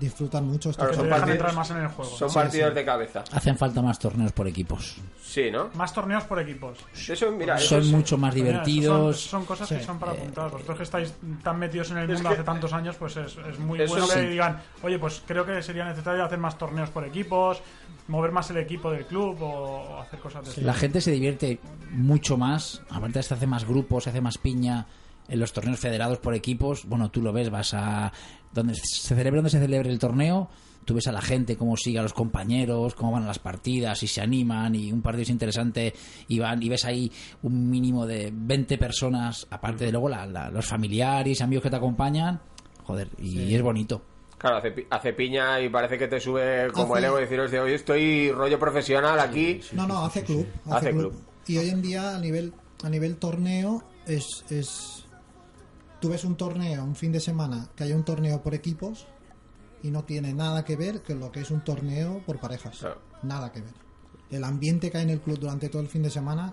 Speaker 9: disfrutan mucho. estos
Speaker 8: Claro, son
Speaker 9: partidos.
Speaker 8: partidos, son
Speaker 9: Sí,
Speaker 8: partidos
Speaker 9: sí.
Speaker 8: de cabeza.
Speaker 10: Hacen falta más torneos por equipos.
Speaker 8: Sí, ¿no?
Speaker 7: Más torneos por equipos.
Speaker 8: Eso, mira, eso
Speaker 10: Son
Speaker 8: es-
Speaker 10: mucho más
Speaker 7: Mira, eso
Speaker 10: divertidos.
Speaker 7: Son, son cosas que
Speaker 10: Sí.
Speaker 7: son para apuntar. Vosotros que estáis tan metidos en el
Speaker 8: Es
Speaker 7: mundo
Speaker 8: que-
Speaker 7: hace tantos años, pues es, es muy
Speaker 8: Eso
Speaker 7: bueno
Speaker 8: es-
Speaker 7: que
Speaker 8: Sí.
Speaker 7: digan, oye, pues creo que sería necesario hacer más torneos por equipos, mover más el equipo del club o hacer cosas de
Speaker 10: La gente se divierte mucho más. Aparte, se hace más grupos, se hace más piña. En los torneos federados por equipos, bueno, tú lo ves, vas a. donde se celebra, donde se celebre el torneo, tú ves a la gente, cómo sigue a los compañeros, cómo van a las partidas, si se animan, y un partido es interesante, y van, y ves ahí un mínimo de 20 personas, aparte de luego la- la- los familiares, amigos que te acompañan. Joder, y es bonito.
Speaker 8: Claro, hace, pi- hace piña y parece que te sube como
Speaker 9: Hace-
Speaker 8: el ego y decir, hostia, hoy estoy rollo profesional aquí.
Speaker 9: No, no, hace club. Hace,
Speaker 8: Hace
Speaker 9: club.
Speaker 8: club.
Speaker 9: Y hoy en día, a nivel, a nivel torneo, es, es. Tú ves un torneo, un fin de semana, que haya un torneo por equipos y no tiene nada que ver con lo que es un torneo por parejas. Nada que ver. El ambiente que hay en el club durante todo el fin de semana.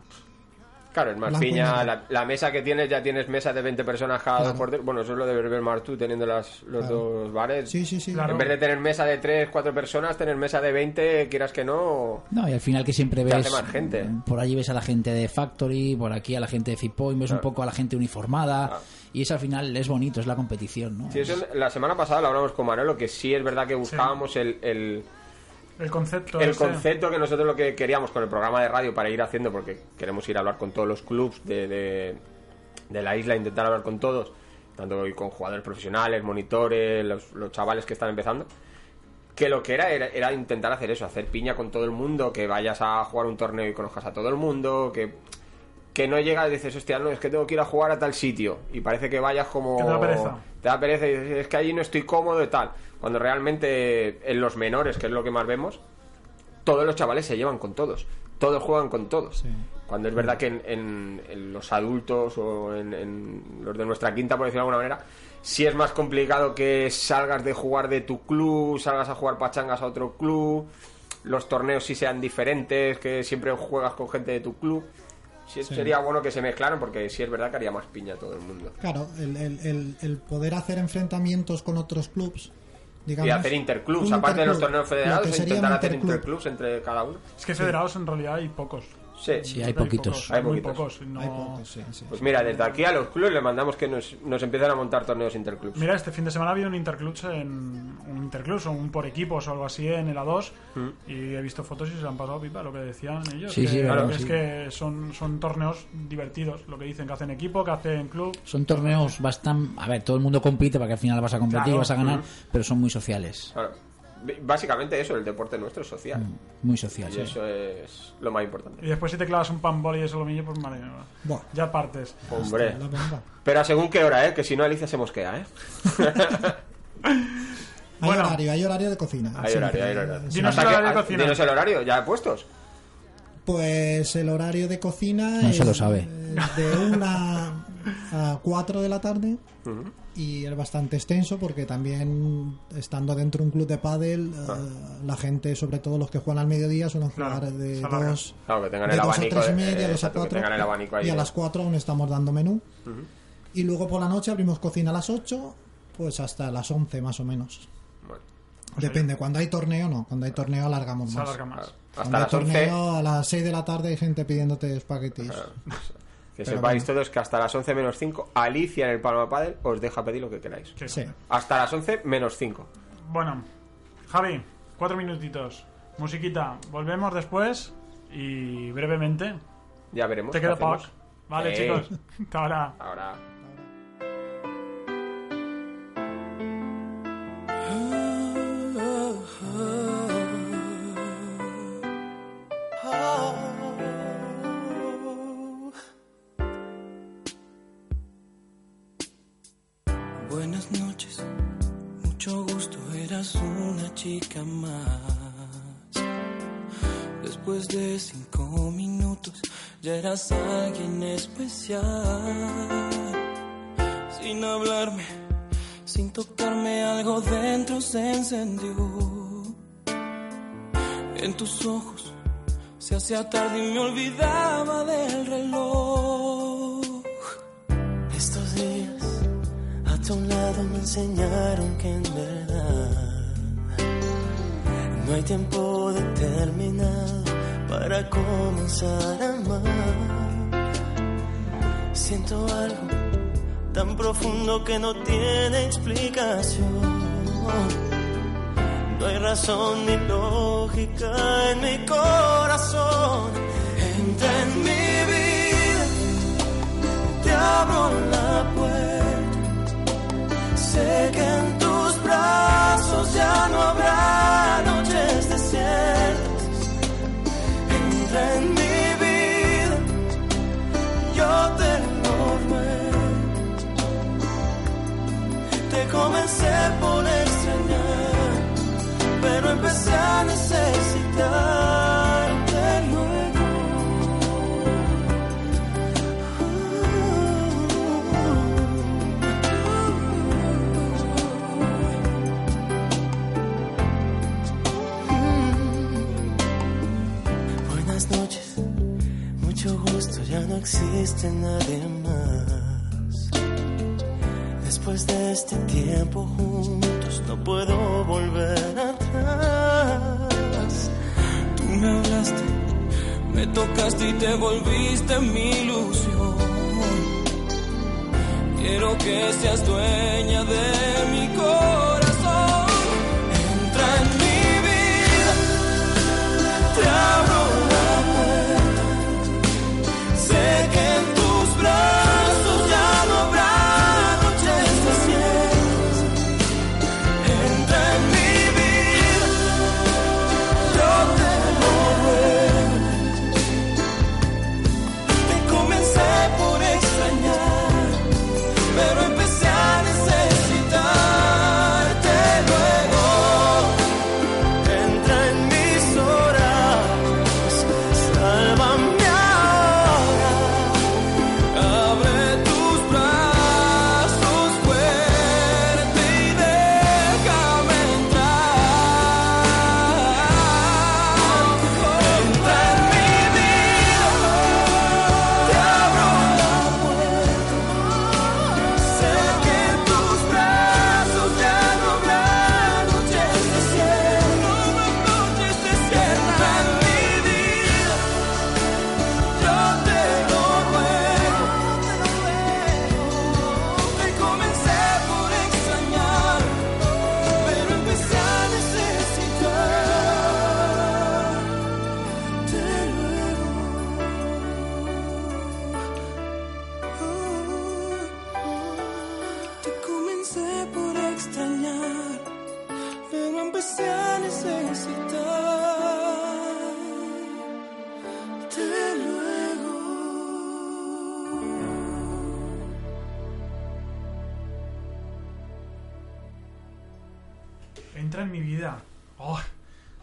Speaker 8: Claro, en más
Speaker 9: Blanco y
Speaker 8: piña,
Speaker 9: negro.
Speaker 8: la, la mesa que tienes, ya tienes mesa de 20 personas cada dos
Speaker 9: Claro.
Speaker 8: por tres. Bueno, eso es lo de beber más tú, teniendo las, los
Speaker 9: Claro.
Speaker 8: dos bares.
Speaker 9: Sí, sí, sí.
Speaker 8: En vez de tener mesa de 3, 4 personas, tener mesa de 20, quieras que no.
Speaker 10: No, y al final que siempre
Speaker 8: Te
Speaker 10: ves.
Speaker 9: Pues,
Speaker 8: hace más
Speaker 9: eh,
Speaker 8: gente.
Speaker 10: Por allí ves a la gente de Factory, por aquí a la gente de Fitpoint, ves un
Speaker 8: Claro. Ah.
Speaker 10: poco a la gente uniformada. Y eso al final es bonito, es la competición, ¿no?
Speaker 8: Sí, eso
Speaker 9: pues.
Speaker 8: es- la semana pasada lo hablamos con Manolo, que sí es verdad que buscábamos el, el,
Speaker 7: El concepto.
Speaker 8: el
Speaker 7: ese.
Speaker 8: concepto que nosotros lo que queríamos con el programa de radio para ir haciendo, porque queremos ir a hablar con todos los clubs de, de- de la isla, intentar hablar con todos, tanto hoy con jugadores profesionales, monitores, los, los chavales que están empezando, que lo que era, era era intentar hacer eso, hacer piña con todo el mundo, que vayas a jugar un torneo y conozcas a todo el mundo, que, que no llegas y dices, hostia, no, es que tengo que ir a jugar a tal sitio. Y parece que vayas como...
Speaker 7: Que te da pereza.
Speaker 8: Te da pereza y dices, es que allí no estoy cómodo y tal. Cuando realmente en los menores, que es lo que más vemos, todos los chavales se llevan con todos. Todos juegan con todos. Cuando es verdad que en, en- en los adultos o en, en los de nuestra quinta, por decirlo de alguna manera, sí es más complicado que salgas de jugar de tu club, salgas a jugar pachangas a otro club, los torneos sí sean diferentes, que siempre juegas con gente de tu club. Sí,
Speaker 9: Sí.
Speaker 8: Sería bueno que se mezclaran porque sí es verdad que haría más piña todo el mundo.
Speaker 9: Claro, el, el- el- el poder hacer enfrentamientos con otros clubs, digamos.
Speaker 8: y hacer interclubs,
Speaker 9: un
Speaker 8: aparte de los
Speaker 9: interclub,
Speaker 8: torneos
Speaker 9: lo que
Speaker 8: federados,
Speaker 9: sería un
Speaker 8: intentar hacer
Speaker 9: interclub.
Speaker 8: interclubs entre cada uno.
Speaker 7: Es que federados en realidad hay pocos.
Speaker 8: Sí. Sí, hay poquitos.
Speaker 7: Hay
Speaker 8: Hay
Speaker 7: muy
Speaker 8: poquitos.
Speaker 7: pocos. no-
Speaker 8: Pues mira, desde aquí a los clubes les mandamos que nos, nos empiecen a montar torneos interclubs.
Speaker 7: Mira, este fin de semana ha habido un interclubs en un interclubs o un por equipos o algo así en el A2 y he visto fotos y se le han pasado pipa lo que decían ellos.
Speaker 10: Sí,
Speaker 7: que
Speaker 10: sí, claro,
Speaker 7: es
Speaker 10: sí.
Speaker 7: que son, son torneos divertidos, lo que dicen, que hacen equipo, que hacen club.
Speaker 10: Son torneos bastante... A ver, todo el mundo compite para que al final vas a competir
Speaker 7: Claro.
Speaker 10: y vas a ganar,
Speaker 7: Ujú.
Speaker 10: pero son muy sociales.
Speaker 8: Claro. B- Básicamente eso, el deporte nuestro es social.
Speaker 10: Mm, Muy
Speaker 8: Y
Speaker 10: sociales. sí.
Speaker 8: eso es lo más importante.
Speaker 7: Y después si te clavas un panbol y eso lo millo, pues madre mía,
Speaker 9: Buah.
Speaker 7: Ya partes.
Speaker 8: Hombre. Pero a según qué hora, ¿eh? Que si no, Alicia se mosquea, ¿eh?
Speaker 9: Ah, Hay horario, hay horario de cocina.
Speaker 8: Hay horario, hay horario.
Speaker 9: Dinos
Speaker 8: Hasta
Speaker 9: el
Speaker 8: que-
Speaker 9: horario de
Speaker 8: a-
Speaker 9: cocina.
Speaker 8: dinos el horario, ya puestos.
Speaker 9: Pues el horario de cocina
Speaker 10: No
Speaker 9: es eh,
Speaker 10: se lo sabe.
Speaker 9: de una a 4 de la tarde y es bastante extenso porque también estando dentro de un club de pádel eh,
Speaker 8: Ah.
Speaker 9: la gente, sobre todo los que juegan al mediodía, suelen jugar de
Speaker 8: alarga.
Speaker 9: 2
Speaker 8: Claro, que tengan
Speaker 9: de
Speaker 8: el
Speaker 9: dos a
Speaker 8: abanico
Speaker 9: tres y
Speaker 8: de-
Speaker 9: media,
Speaker 8: eh,
Speaker 9: dos a
Speaker 8: exacto, que
Speaker 9: 4
Speaker 8: tengan el abanico ahí
Speaker 9: y a
Speaker 8: de-
Speaker 9: las 4 aún estamos dando menú y luego por la noche abrimos cocina a las 8 pues hasta las 11 más o menos
Speaker 8: pues
Speaker 9: depende, cuando hay torneo no cuando hay torneo alargamos
Speaker 7: Se
Speaker 9: más
Speaker 7: alarga más.
Speaker 8: Hasta las 11.
Speaker 9: torneo a las 6 de la tarde hay gente pidiéndote espaguetis.
Speaker 8: Que
Speaker 9: Pero
Speaker 8: sepáis todos que hasta las 11 menos 5, Alicia en el Palma Padel os deja pedir lo que queráis.
Speaker 9: Sí.
Speaker 8: Hasta las 11 menos 5.
Speaker 7: Bueno, Javi, cuatro minutitos. Musiquita, volvemos después y brevemente.
Speaker 8: Ya veremos.
Speaker 7: Te
Speaker 8: qué
Speaker 7: queda
Speaker 8: Pues hacemos.
Speaker 7: Pac. Vale,
Speaker 8: Sí.
Speaker 7: chicos. Hasta ahora.
Speaker 8: Ahora.
Speaker 14: Buenas noches, mucho gusto, eras una chica más. Después de cinco minutos, ya eras alguien especial. Sin hablarme, sin tocarme, algo dentro se encendió. En tus ojos se hacía tarde y me olvidaba del reloj.
Speaker 15: Estos días a tu lado me enseñaron que en verdad no hay tiempo determinado para comenzar a amar. Siento algo tan profundo que no tiene explicación. No hay razón ni lógica en mi corazón. Entra en mi vida te abro la puerta. Sé que en tus brazos ya no habrá noches desiertas. Entra en mi vida, yo te lo ruego. Te comencé por extrañar, pero empecé a necesitarte luego. Mm. Buenas noches, mucho gusto, ya no existe nadie más. Después de este tiempo juntos no puedo volver atrás.
Speaker 14: Tú me hablaste, me tocaste y te volviste mi ilusión. Quiero que seas dueña de mi corazón. Entra en mi vida, te abro la puerta. Sé que en tus brazos ya no habrá noches desiertas. Entra en mi vida. fuese a necesitar. Te luego.
Speaker 7: Entra en mi vida. Oh,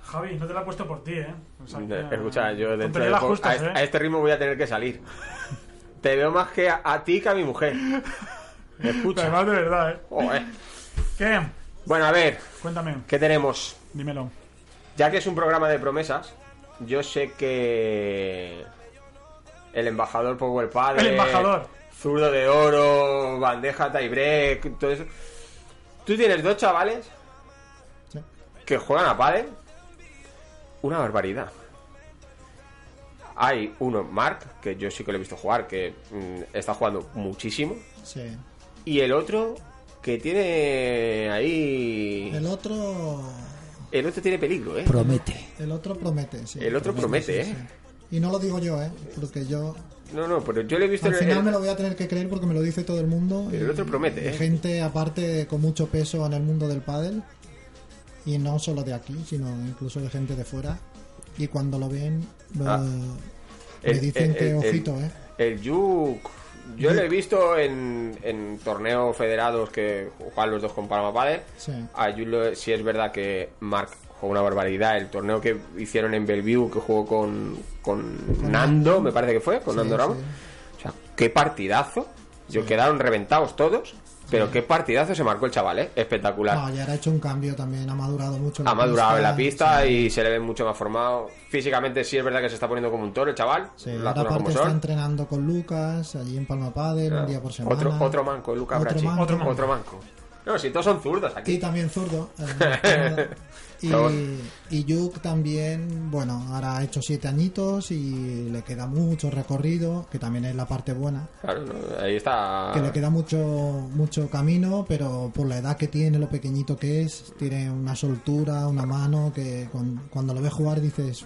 Speaker 7: Javi, no te la he puesto por ti, ¿eh? O sea, que-
Speaker 8: Escucha, yo dentro
Speaker 7: Ponte
Speaker 8: de
Speaker 7: las
Speaker 8: poco- a,
Speaker 7: justas,
Speaker 8: este-
Speaker 7: ¿eh?
Speaker 8: a este ritmo voy a tener que salir. Te veo más que a, a ti que a mi mujer. Escucha.
Speaker 7: Además, de verdad, ¿eh?
Speaker 8: Joder.
Speaker 7: ¿Qué?
Speaker 8: Bueno, a ver,
Speaker 7: Cuéntame,
Speaker 8: ¿qué tenemos?
Speaker 7: dímelo.
Speaker 8: Ya que es un programa de promesas, yo sé que el embajador Power el padre,
Speaker 7: El embajador.
Speaker 8: zurdo de oro, bandeja tiebreak, todo eso. Tú tienes dos chavales que juegan a pádel, una barbaridad. Hay uno, Mark, que yo sí que lo he visto jugar, que mm, está jugando muchísimo,
Speaker 9: Sí.
Speaker 8: y el otro que tiene ahí,
Speaker 9: El otro.
Speaker 8: el otro tiene peligro, ¿eh?
Speaker 10: Promete.
Speaker 9: El otro promete, sí.
Speaker 8: El otro promete, ¿eh?
Speaker 9: Y no lo digo yo, ¿eh? Porque yo.
Speaker 8: No, no, pero yo le he visto
Speaker 9: Al
Speaker 8: en
Speaker 9: final
Speaker 8: el-
Speaker 9: me lo voy a tener que creer porque me lo dice todo el mundo.
Speaker 8: Pero el
Speaker 9: y-
Speaker 8: otro promete,
Speaker 9: y
Speaker 8: ¿eh?
Speaker 9: Gente aparte con mucho peso en el mundo del pádel. Y no solo de aquí, sino incluso de gente de fuera. Y cuando lo ven, eh,
Speaker 8: Ah.
Speaker 9: me
Speaker 8: el-
Speaker 9: dicen
Speaker 8: el-
Speaker 9: que
Speaker 8: el-
Speaker 9: ojito, ¿eh?
Speaker 8: El Yuk. Yo lo he visto en, en torneos federados que juegan los dos con Palma Padel.
Speaker 9: Sí.
Speaker 8: A Yuk lo- sí es verdad que Mark jugó una barbaridad. El torneo que hicieron en Bellevue, que jugó con, con Nando, me parece que fue, con
Speaker 9: Sí,
Speaker 8: Nando Ramos.
Speaker 9: sí.
Speaker 8: O sea, qué partidazo. Yo quedaron reventados todos. Pero qué partidazo se marcó el chaval, ¿eh? Espectacular.
Speaker 9: No, ya ha hecho un cambio también, ha madurado mucho.
Speaker 8: Ha madurado en la pista y se le ve mucho más formado. Físicamente sí es verdad que se está poniendo como un toro el chaval. las
Speaker 9: Ahora
Speaker 8: cosas como
Speaker 9: aparte está
Speaker 8: son.
Speaker 9: entrenando con Lucas, allí en Palma Padel, un día por semana.
Speaker 8: Otro, otro manco, Luca
Speaker 9: Otro
Speaker 8: Bracci.
Speaker 9: manco.
Speaker 8: Otro, manco. No, si todos son zurdos aquí.
Speaker 9: Y también zurdo. eh, Y,
Speaker 8: Pero
Speaker 9: y Yuk también, bueno, ahora ha hecho siete añitos y le queda mucho recorrido, que también es la parte buena,
Speaker 8: Claro, no, ahí está.
Speaker 9: que le queda mucho mucho camino, pero por la edad que tiene, lo pequeñito que es, tiene una soltura, una mano, que cuando, cuando lo ves jugar dices,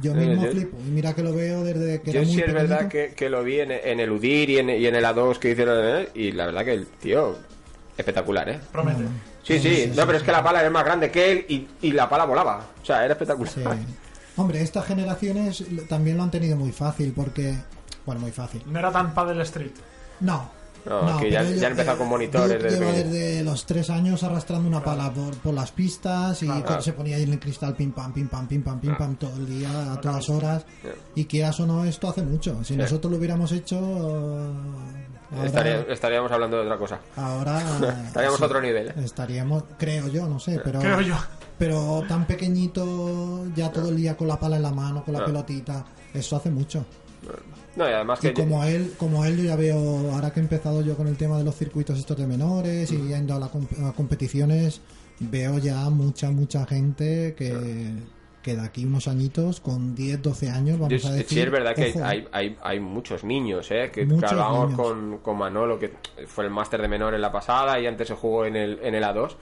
Speaker 9: yo
Speaker 8: Sí,
Speaker 9: mismo
Speaker 8: yo-
Speaker 9: flipo. Y mira que lo veo desde que
Speaker 8: Yo
Speaker 9: era muy
Speaker 8: sí es verdad
Speaker 9: pequeñito.
Speaker 8: que, que lo vi en, en el UDIR y en, y en el A2 que hicieron. ¿eh? Y la verdad que el tío. Espectacular, ¿eh?
Speaker 7: Promete.
Speaker 8: Sí, sí. No, pero es que la pala era más grande que él y, y la pala volaba. O sea, era espectacular.
Speaker 9: Hombre, estas generaciones lo- también lo han tenido muy fácil, porque, bueno, muy fácil.
Speaker 7: No era tan Paddle Street.
Speaker 9: No,
Speaker 8: No,
Speaker 9: No,
Speaker 8: que ya,
Speaker 9: pero
Speaker 8: ya
Speaker 9: yo-
Speaker 8: ha empezado con monitores.
Speaker 9: Duke
Speaker 8: desde
Speaker 9: lleva
Speaker 8: pequeño.
Speaker 9: desde los tres años arrastrando una pala por, por las pistas y
Speaker 8: Claro.
Speaker 9: cuando se ponía ahí en el cristal pim pam, pim pam, pim pam, pim pam, todo el día, a todas horas.
Speaker 8: Ya.
Speaker 9: Y quieras o no, esto hace mucho. Si
Speaker 8: Sí.
Speaker 9: nosotros lo hubiéramos hecho, eh, ahora,
Speaker 8: Estaría- estaríamos hablando de otra cosa.
Speaker 9: ahora,
Speaker 8: estaríamos
Speaker 9: sí,
Speaker 8: a otro nivel. ¿eh?
Speaker 9: estaríamos, creo yo, no sé, pero,
Speaker 8: Creo yo.
Speaker 9: pero tan pequeñito, ya todo el día con la pala en la mano, con la
Speaker 8: Ya.
Speaker 9: pelotita, eso hace mucho.
Speaker 8: No, y además
Speaker 9: Y
Speaker 8: que.
Speaker 9: como él, como él yo ya veo, ahora que he empezado yo con el tema de los circuitos estos de menores y yendo a, la com- a competiciones, veo ya mucha, mucha gente que, que de aquí unos añitos, con 10, 12 años, vamos
Speaker 8: Yo-
Speaker 9: a decir...
Speaker 8: sí, es verdad que
Speaker 9: ojo,
Speaker 8: hay, hay, hay muchos niños, ¿eh? Que
Speaker 9: Muchos
Speaker 8: hablábamos
Speaker 9: niños.
Speaker 8: con, con Manolo, que fue el máster de menor en la pasada y antes se jugó en el, en el A2.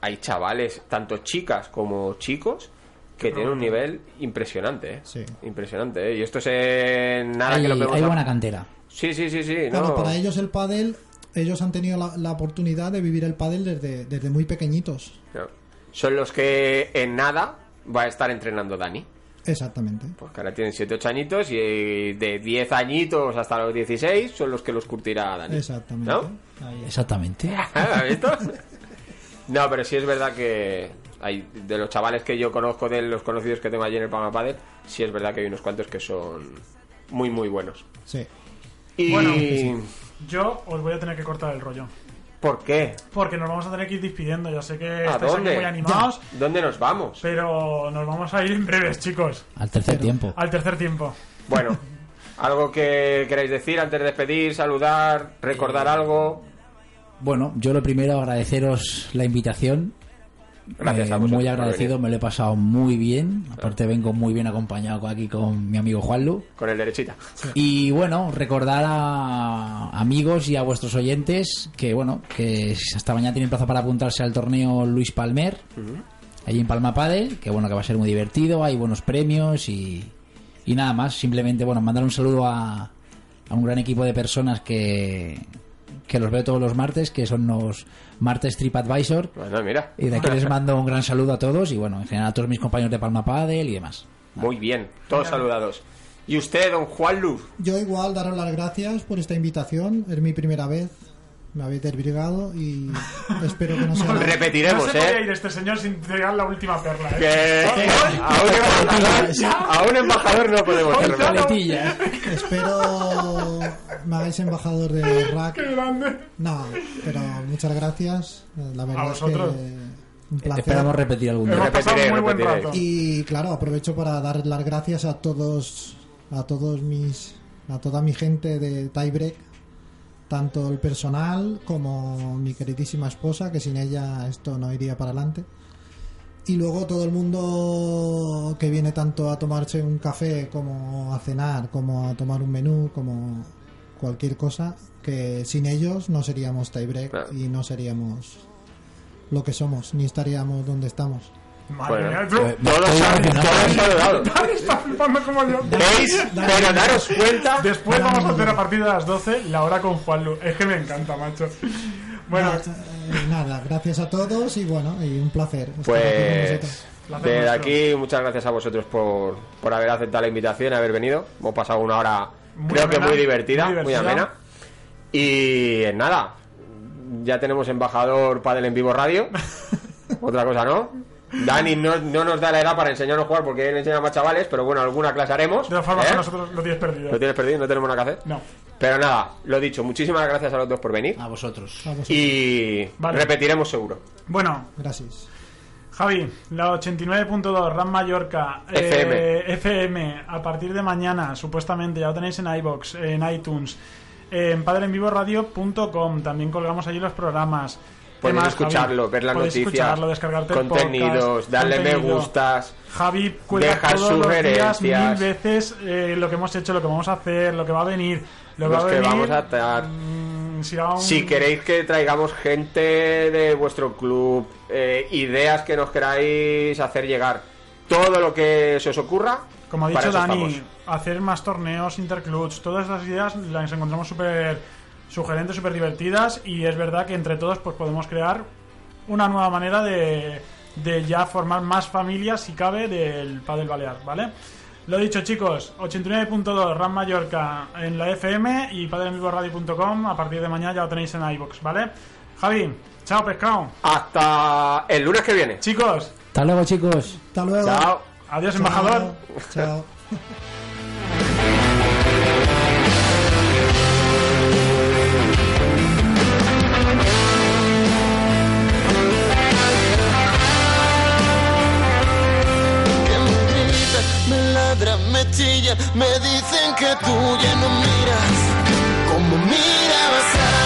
Speaker 8: Hay chavales, tanto chicas como chicos, que tienen un nivel impresionante, ¿eh? Impresionante, ¿eh? Y esto es en nada
Speaker 10: Hay,
Speaker 8: que lo vemos.
Speaker 10: hay
Speaker 8: a-
Speaker 10: buena cantera.
Speaker 8: Sí, sí, sí, sí.
Speaker 9: Claro,
Speaker 8: no.
Speaker 9: para ellos el pádel, ellos han tenido la, la oportunidad de vivir el pádel desde, desde muy pequeñitos.
Speaker 8: No. Son los que en nada va a estar entrenando Dani.
Speaker 9: Exactamente.
Speaker 8: Pues que ahora tienen 7-8 añitos y eh, de 10 añitos hasta los 16 son los que los curtirá Dani.
Speaker 9: Exactamente.
Speaker 8: ¿No?
Speaker 10: Exactamente.
Speaker 8: ¿Has visto? No, pero sí es verdad que hay de los chavales que yo conozco, de los conocidos que tengo allí en el Palma Padel, sí es verdad que hay unos cuantos que son muy, muy buenos.
Speaker 9: Sí.
Speaker 8: Y...
Speaker 7: Bueno, Yo os voy a tener que cortar el rollo.
Speaker 8: ¿Por qué?
Speaker 7: Porque nos vamos a tener que ir despidiendo. Ya sé que
Speaker 8: ¿A
Speaker 7: estáis
Speaker 8: dónde?
Speaker 7: aquí muy animados,
Speaker 8: ¿Dónde nos vamos?
Speaker 7: pero nos vamos a ir en breves, chicos.
Speaker 10: Al tercer tiempo.
Speaker 7: Al tercer tiempo.
Speaker 8: Bueno, algo que queráis decir antes de despedir, saludar,
Speaker 7: Eh.
Speaker 8: recordar algo.
Speaker 10: Bueno, yo lo primero agradeceros la invitación.
Speaker 8: Gracias
Speaker 10: Eh,
Speaker 8: a vosotros
Speaker 10: muy
Speaker 8: por
Speaker 10: agradecido,
Speaker 8: venir.
Speaker 10: me lo he pasado muy bien. Aparte vengo muy bien acompañado aquí con mi amigo Juanlu.
Speaker 8: Con el derechita.
Speaker 10: Y bueno, recordar a amigos y a vuestros oyentes que bueno, que hasta mañana tienen plaza para apuntarse al torneo Luis Palmer, allí en Palma Padel, que bueno, que va a ser muy divertido, hay buenos premios y, y nada más. Simplemente, bueno, mandar un saludo a, a un gran equipo de personas que, que los veo todos los martes, que son los martes TripAdvisor.
Speaker 8: Bueno, mira.
Speaker 10: Y de aquí les mando un gran saludo a todos y bueno, en general a todos mis compañeros de Palma Padel y demás.
Speaker 8: Muy bien, todos saludados. ¿Y usted, don Juan Luz?
Speaker 9: Yo igual daros las gracias por esta invitación. Es mi primera vez. Me habéis desbrigado y espero que no sea... la-
Speaker 8: Repetiremos,
Speaker 7: no se
Speaker 8: ¿eh?
Speaker 7: podía ir este señor sin tirar la última perla. ¿eh?
Speaker 8: Que a un embajador, a un embajador no podemos
Speaker 7: Con
Speaker 8: hacer nada.
Speaker 7: paletilla.
Speaker 9: Espero me hagáis embajador de rack. No, pero muchas gracias. La verdad
Speaker 7: A vosotros.
Speaker 9: es que un placer.
Speaker 10: Esperamos repetir algún día.
Speaker 7: Hemos pasado muy buen rato.
Speaker 9: Y claro, aprovecho para dar las gracias a todos, a todos mis, a toda mi gente de Tiebreak, tanto el personal como mi queridísima esposa, que sin ella esto no iría para adelante. Y luego todo el mundo que viene tanto a tomarse un café como a cenar, como a tomar un menú, como cualquier cosa, que sin ellos no seríamos Tiebreak y no seríamos lo que somos, ni estaríamos donde estamos.
Speaker 8: Bueno,
Speaker 7: mía, tú.
Speaker 8: todos, todos saludados.
Speaker 7: Dani está flipando como yo.
Speaker 8: ¿Veis? Pero daros cuenta.
Speaker 7: Después vamos a hacer a partir de las 12 la hora con Juanlu. Es que me encanta, macho. Bueno,
Speaker 9: Nada, eh, nada, gracias a todos y bueno, y un placer. estar aquí con vosotros.
Speaker 8: Pues desde
Speaker 7: nuestro.
Speaker 8: aquí muchas gracias a vosotros por, por haber aceptado la invitación, haber venido. Hemos pasado una hora
Speaker 7: Muy
Speaker 8: creo que
Speaker 7: amena,
Speaker 8: muy divertida,
Speaker 7: muy
Speaker 8: muy,
Speaker 7: divertida.
Speaker 8: amena. Y eh, nada, ya tenemos embajador Padel en Vivo Radio. Otra cosa, ¿no? Dani no, no nos da la edad para enseñarnos a jugar porque él enseña más chavales, pero bueno, alguna clase haremos.
Speaker 7: de la forma
Speaker 8: ¿eh?
Speaker 7: que nosotros lo tienes perdido.
Speaker 8: Lo tienes perdido, no tenemos nada que hacer.
Speaker 7: No.
Speaker 8: Pero nada, lo dicho, muchísimas gracias a los dos por venir.
Speaker 10: A vosotros.
Speaker 8: Y
Speaker 7: Vale.
Speaker 8: repetiremos seguro.
Speaker 7: Bueno,
Speaker 9: Gracias.
Speaker 7: Javi, la 89.2, RAM Mallorca, eh, FM, a partir de mañana, supuestamente, ya lo tenéis en iBox, en iTunes, eh, en padreenvivoradio.com, también colgamos allí los programas. ¿Qué
Speaker 8: Podéis
Speaker 7: más, Javi?
Speaker 8: escucharlo, ver las
Speaker 7: Podéis
Speaker 8: noticias,
Speaker 7: escucharlo, descargarte el
Speaker 8: contenidos,
Speaker 7: podcast,
Speaker 8: darle me
Speaker 7: contenido.
Speaker 8: gustas.
Speaker 7: Javi cuelga
Speaker 8: Deja
Speaker 7: todos los días
Speaker 8: sugerencias.
Speaker 7: mil veces eh, lo que hemos hecho, lo que vamos a hacer, lo que va a venir, lo que
Speaker 8: los
Speaker 7: va a
Speaker 8: que
Speaker 7: venir.
Speaker 8: vamos a tratar.
Speaker 7: mm, si va un-
Speaker 8: Si queréis que traigamos gente de vuestro club, eh, ideas que nos queráis hacer llegar, todo lo que se os ocurra,
Speaker 7: Como ha
Speaker 8: para
Speaker 7: dicho
Speaker 8: eso
Speaker 7: Dani,
Speaker 8: estamos.
Speaker 7: hacer más torneos, interclubs, todas esas ideas las encontramos súper sugerentes, súper divertidas y es verdad que entre todos pues podemos crear una nueva manera de, de ya formar más familias, si cabe, del Padel Balear, ¿vale? Lo dicho chicos, 89.2 RAM Mallorca en la FM y padrenvivoradio.com, a partir de mañana ya lo tenéis en iBox, ¿vale? Javi, chao pescado.
Speaker 8: Hasta el lunes que viene.
Speaker 7: Chicos,
Speaker 10: Hasta luego, chicos.
Speaker 9: Hasta luego.
Speaker 8: Chao.
Speaker 7: adiós embajador.
Speaker 9: Chao.
Speaker 14: que me gritan, me ladran, me chillan, me dicen que tú ya no miras como mirabas a